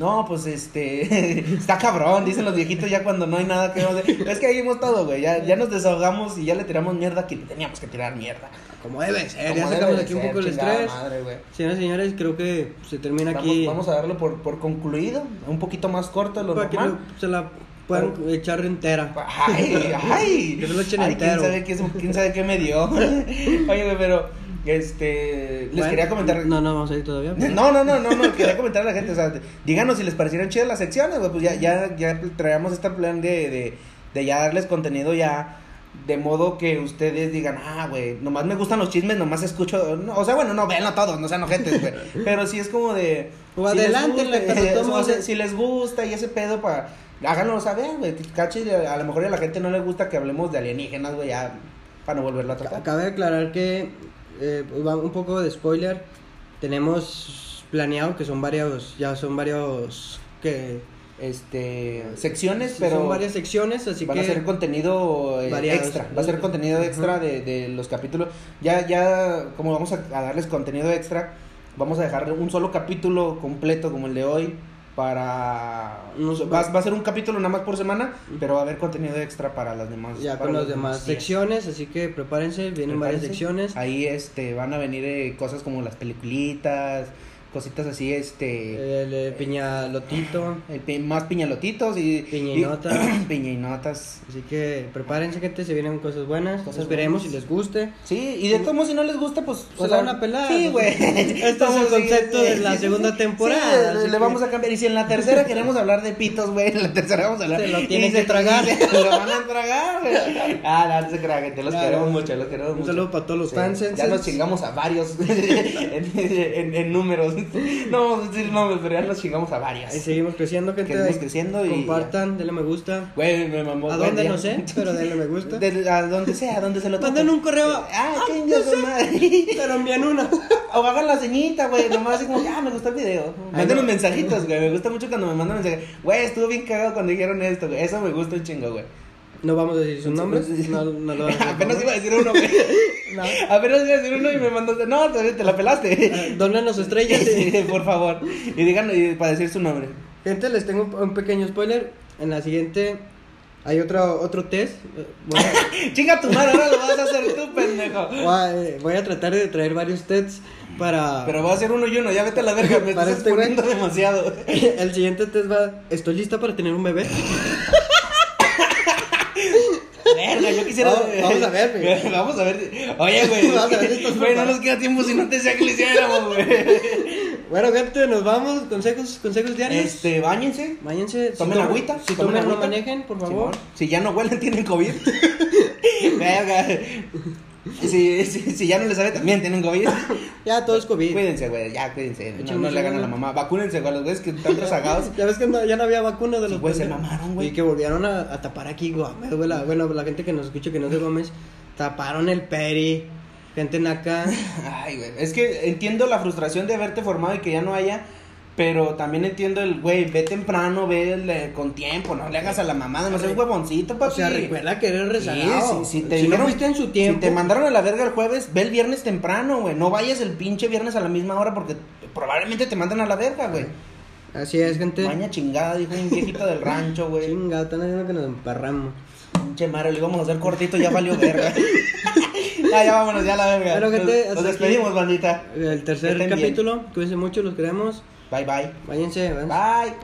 Speaker 2: No, pues este. *laughs* está cabrón, dicen los viejitos ya cuando no hay nada que hacer. Es que ahí hemos estado, güey. Ya, ya nos desahogamos y ya le tiramos mierda que le teníamos que tirar mierda.
Speaker 1: Como debe ser, Eh, ya
Speaker 2: Como
Speaker 1: sacamos
Speaker 2: debe
Speaker 1: aquí un
Speaker 2: ser,
Speaker 1: poco el
Speaker 2: chingada
Speaker 1: estrés.
Speaker 2: madre, güey.
Speaker 1: Señoras y señores, creo que se termina
Speaker 2: Vamos,
Speaker 1: aquí.
Speaker 2: vamos a darlo por, por concluido. Un poquito más corto de lo
Speaker 1: para que
Speaker 2: normal.
Speaker 1: lo- se la puedan echar entera.
Speaker 2: Ay, ay.
Speaker 1: *laughs* Que se lo echen
Speaker 2: Ay,
Speaker 1: entero.
Speaker 2: ¿quién, sabe qué, es- quién sabe qué me dio. *laughs* Oye, güey, pero este les
Speaker 1: Bueno,
Speaker 2: quería comentar.
Speaker 1: No, no, vamos a ir todavía.
Speaker 2: *laughs*
Speaker 1: pero-
Speaker 2: No, no, no, no, no, quería comentar a la gente, o sea, díganos si les parecieron chidas las secciones, güey, pues ya, ya, ya traíamos este plan de, de, de ya darles contenido ya De modo que ustedes digan, ah, güey, nomás me gustan los chismes, nomás escucho. no, o sea, bueno, no, véanlo todos, no sean ojetes, güey. Pero sí es como de.
Speaker 4: O
Speaker 2: si les
Speaker 4: adelante,
Speaker 2: gusta,
Speaker 4: pero
Speaker 2: eh,
Speaker 4: tomo-
Speaker 2: o sea, si les gusta y ese pedo, para. Háganlo saber, güey. Cachi, a lo mejor a la gente no le gusta que hablemos de alienígenas, güey, ya. Para no volverlo a tratar.
Speaker 1: Cabe aclarar que, eh, va un poco de spoiler, tenemos planeado que son varios, ya son varios, que
Speaker 2: Este. Secciones, pero.
Speaker 1: son varias secciones, así
Speaker 2: van
Speaker 1: que...
Speaker 2: a ser contenido eh,
Speaker 1: variados.
Speaker 2: extra, va a ser contenido extra de, de los capítulos. Ya, ya, como vamos a, a darles contenido extra, vamos a dejar un solo capítulo completo como el de hoy para...
Speaker 1: No sé,
Speaker 2: va, va a ser un capítulo nada más por semana, pero va a haber contenido extra para las demás.
Speaker 1: Ya
Speaker 2: para
Speaker 1: con
Speaker 2: los
Speaker 1: las demás
Speaker 2: días.
Speaker 1: secciones, así que prepárense, vienen varias
Speaker 2: Prepárense.
Speaker 1: secciones.
Speaker 2: Ahí este, van a venir eh, cosas como las peliculitas, cositas así, este...
Speaker 1: El eh, piñalotito,
Speaker 2: el pi- más piñalotitos y...
Speaker 1: Piñinotas.
Speaker 2: y- *clears throat* piñinotas.
Speaker 1: así que prepárense gente, se vienen cosas buenas,
Speaker 2: Cosas
Speaker 1: esperemos
Speaker 2: buenas.
Speaker 1: si les guste.
Speaker 2: Sí, y de todos modos, si no les gusta, pues.
Speaker 1: Se la van a pelar.
Speaker 2: Sí, güey. *laughs*
Speaker 1: Este es el
Speaker 2: Vamos, sí,
Speaker 1: concepto
Speaker 2: sí,
Speaker 1: de la
Speaker 2: sí, sí,
Speaker 1: segunda
Speaker 2: sí.
Speaker 1: temporada,
Speaker 2: Sí,
Speaker 1: así
Speaker 2: le
Speaker 1: que-
Speaker 2: vamos a cambiar. Y si en la tercera queremos hablar de pitos, güey, en la tercera vamos a hablar.
Speaker 1: Se lo
Speaker 2: y
Speaker 1: tienen
Speaker 2: se-
Speaker 1: que tragar.
Speaker 2: y *laughs* se lo van a tragar, güey. Ah, no, no se crean, gente. Los
Speaker 1: Claro.
Speaker 2: queremos mucho, los queremos
Speaker 1: Un
Speaker 2: mucho.
Speaker 1: saludo para todos los
Speaker 2: Sí,
Speaker 1: fans,
Speaker 2: Ya
Speaker 1: senses.
Speaker 2: nos chingamos a varios *laughs* en, en- en números. No vamos a decir nombres, pero ya nos chingamos a varios.
Speaker 1: Ahí seguimos creciendo gente,
Speaker 2: Seguimos creciendo y-
Speaker 1: compartan, denle me gusta.
Speaker 2: Güey, me mamó.
Speaker 1: ¿A
Speaker 2: güey,
Speaker 1: dónde? eh?
Speaker 2: ya.
Speaker 1: No sé, pero denle me gusta.
Speaker 2: De- a donde sea, a donde se lo
Speaker 4: Manden
Speaker 2: topen.
Speaker 4: un correo.
Speaker 2: Ah, chingas, madre.
Speaker 1: Pero envían una.
Speaker 2: O hagan la ceñita, güey, nomás así como, ah, me gustó el video. Manden
Speaker 1: no.
Speaker 2: los mensajitos, güey, me gusta mucho cuando me mandan mensajes. Güey, estuvo bien cagado cuando dijeron esto, güey, eso me gusta un chingo, güey.
Speaker 1: No vamos a decir sus nombres, no, no lo
Speaker 2: *laughs*
Speaker 1: vamos a
Speaker 2: Apenas iba a decir uno, güey. *laughs* Apenas iba a decir uno y me mandaste, no, te, te la pelaste. *laughs*
Speaker 1: Dónanos Eh, estrellas.
Speaker 2: Sí, por favor. Y digan y para decir su nombre.
Speaker 1: Gente, les tengo un- un pequeño spoiler. En la siguiente hay otro, otro test. Eh, Voy a,
Speaker 2: Chinga tu madre, ahora lo vas a hacer tú, pendejo.
Speaker 1: voy a- eh, voy a tratar de traer varios tests para...
Speaker 2: Pero va a ser uno y uno, ya vete a la verga, me estás
Speaker 1: Para este güey.
Speaker 2: exponiendo demasiado.
Speaker 1: *laughs* El siguiente test va... ¿Estoy lista para tener un bebé? *laughs*
Speaker 2: Verga, yo quisiera.
Speaker 1: Vamos- vamos a ver, güey.
Speaker 2: *laughs* Vamos a ver. Oye, güey.
Speaker 1: *laughs* Vamos a ver estos
Speaker 2: Güey, no
Speaker 1: papás.
Speaker 2: nos queda tiempo si no te sea que lo hiciéramos, güey.
Speaker 1: Bueno, gente, nos vamos. Consejos, consejos diarios.
Speaker 2: Este, bañense.
Speaker 1: Váyanse.
Speaker 2: tomen agüita,
Speaker 1: Si
Speaker 2: tomen
Speaker 1: tomen, no
Speaker 2: agüita.
Speaker 1: manejen, por favor.
Speaker 2: Si ya no huelen, *laughs* tienen COVID. Verga. Si, si, si ya no les sabe, también tienen COVID.
Speaker 1: Ya, todo es COVID.
Speaker 2: Cuídense, güey. Ya, cuídense. No,
Speaker 1: Échenle
Speaker 2: no le hagan a la
Speaker 1: ganas.
Speaker 2: mamá. Vacúnense, güey. a Los güeyes que están rezagados.
Speaker 1: *laughs* Ya ves que no- ya no había vacuna de
Speaker 2: Sí,
Speaker 1: los
Speaker 2: güey, se
Speaker 1: pendejos.
Speaker 2: mamaron, güey.
Speaker 1: Y que volvieron a, a tapar aquí Gómez, güey. La, bueno, la gente que nos escucha que no es de Gómez, taparon el Peri. Gente
Speaker 2: *laughs*
Speaker 1: naca.
Speaker 2: Ay, güey. Es que entiendo la frustración de haberte formado y que ya no haya. Pero también entiendo el, güey, ve temprano, ve el- eh, con tiempo, no le hagas a la mamada, no seas huevoncito,
Speaker 1: O
Speaker 2: papi.
Speaker 1: sea, recuerda que eres rezagado.
Speaker 2: Sí, sí, sí, te
Speaker 1: si
Speaker 2: dijeron-
Speaker 1: no fuiste en su
Speaker 2: Si
Speaker 1: tiempo.
Speaker 2: te mandaron a la verga el jueves, ve el viernes temprano, güey. No vayas el pinche viernes a la misma hora porque probablemente te mandan a la verga, güey.
Speaker 1: Así es, gente.
Speaker 2: Maña chingada, dijo un viejito del rancho, güey.
Speaker 1: Chinga, están haciendo que nos emparramos.
Speaker 2: Pinche madre, le íbamos a hacer cortito, ya
Speaker 1: *laughs*
Speaker 2: valió verga. Ah, ya, ya vámonos, ya a la verga.
Speaker 1: Bueno, gente,
Speaker 2: nos,
Speaker 1: hasta
Speaker 2: nos
Speaker 1: aquí.
Speaker 2: despedimos, bandita.
Speaker 1: El tercer
Speaker 2: estén bien.
Speaker 1: capítulo. Cuídense mucho, los queremos.
Speaker 2: Bye, bye.
Speaker 1: Váyanse, váyanse.
Speaker 2: Bye.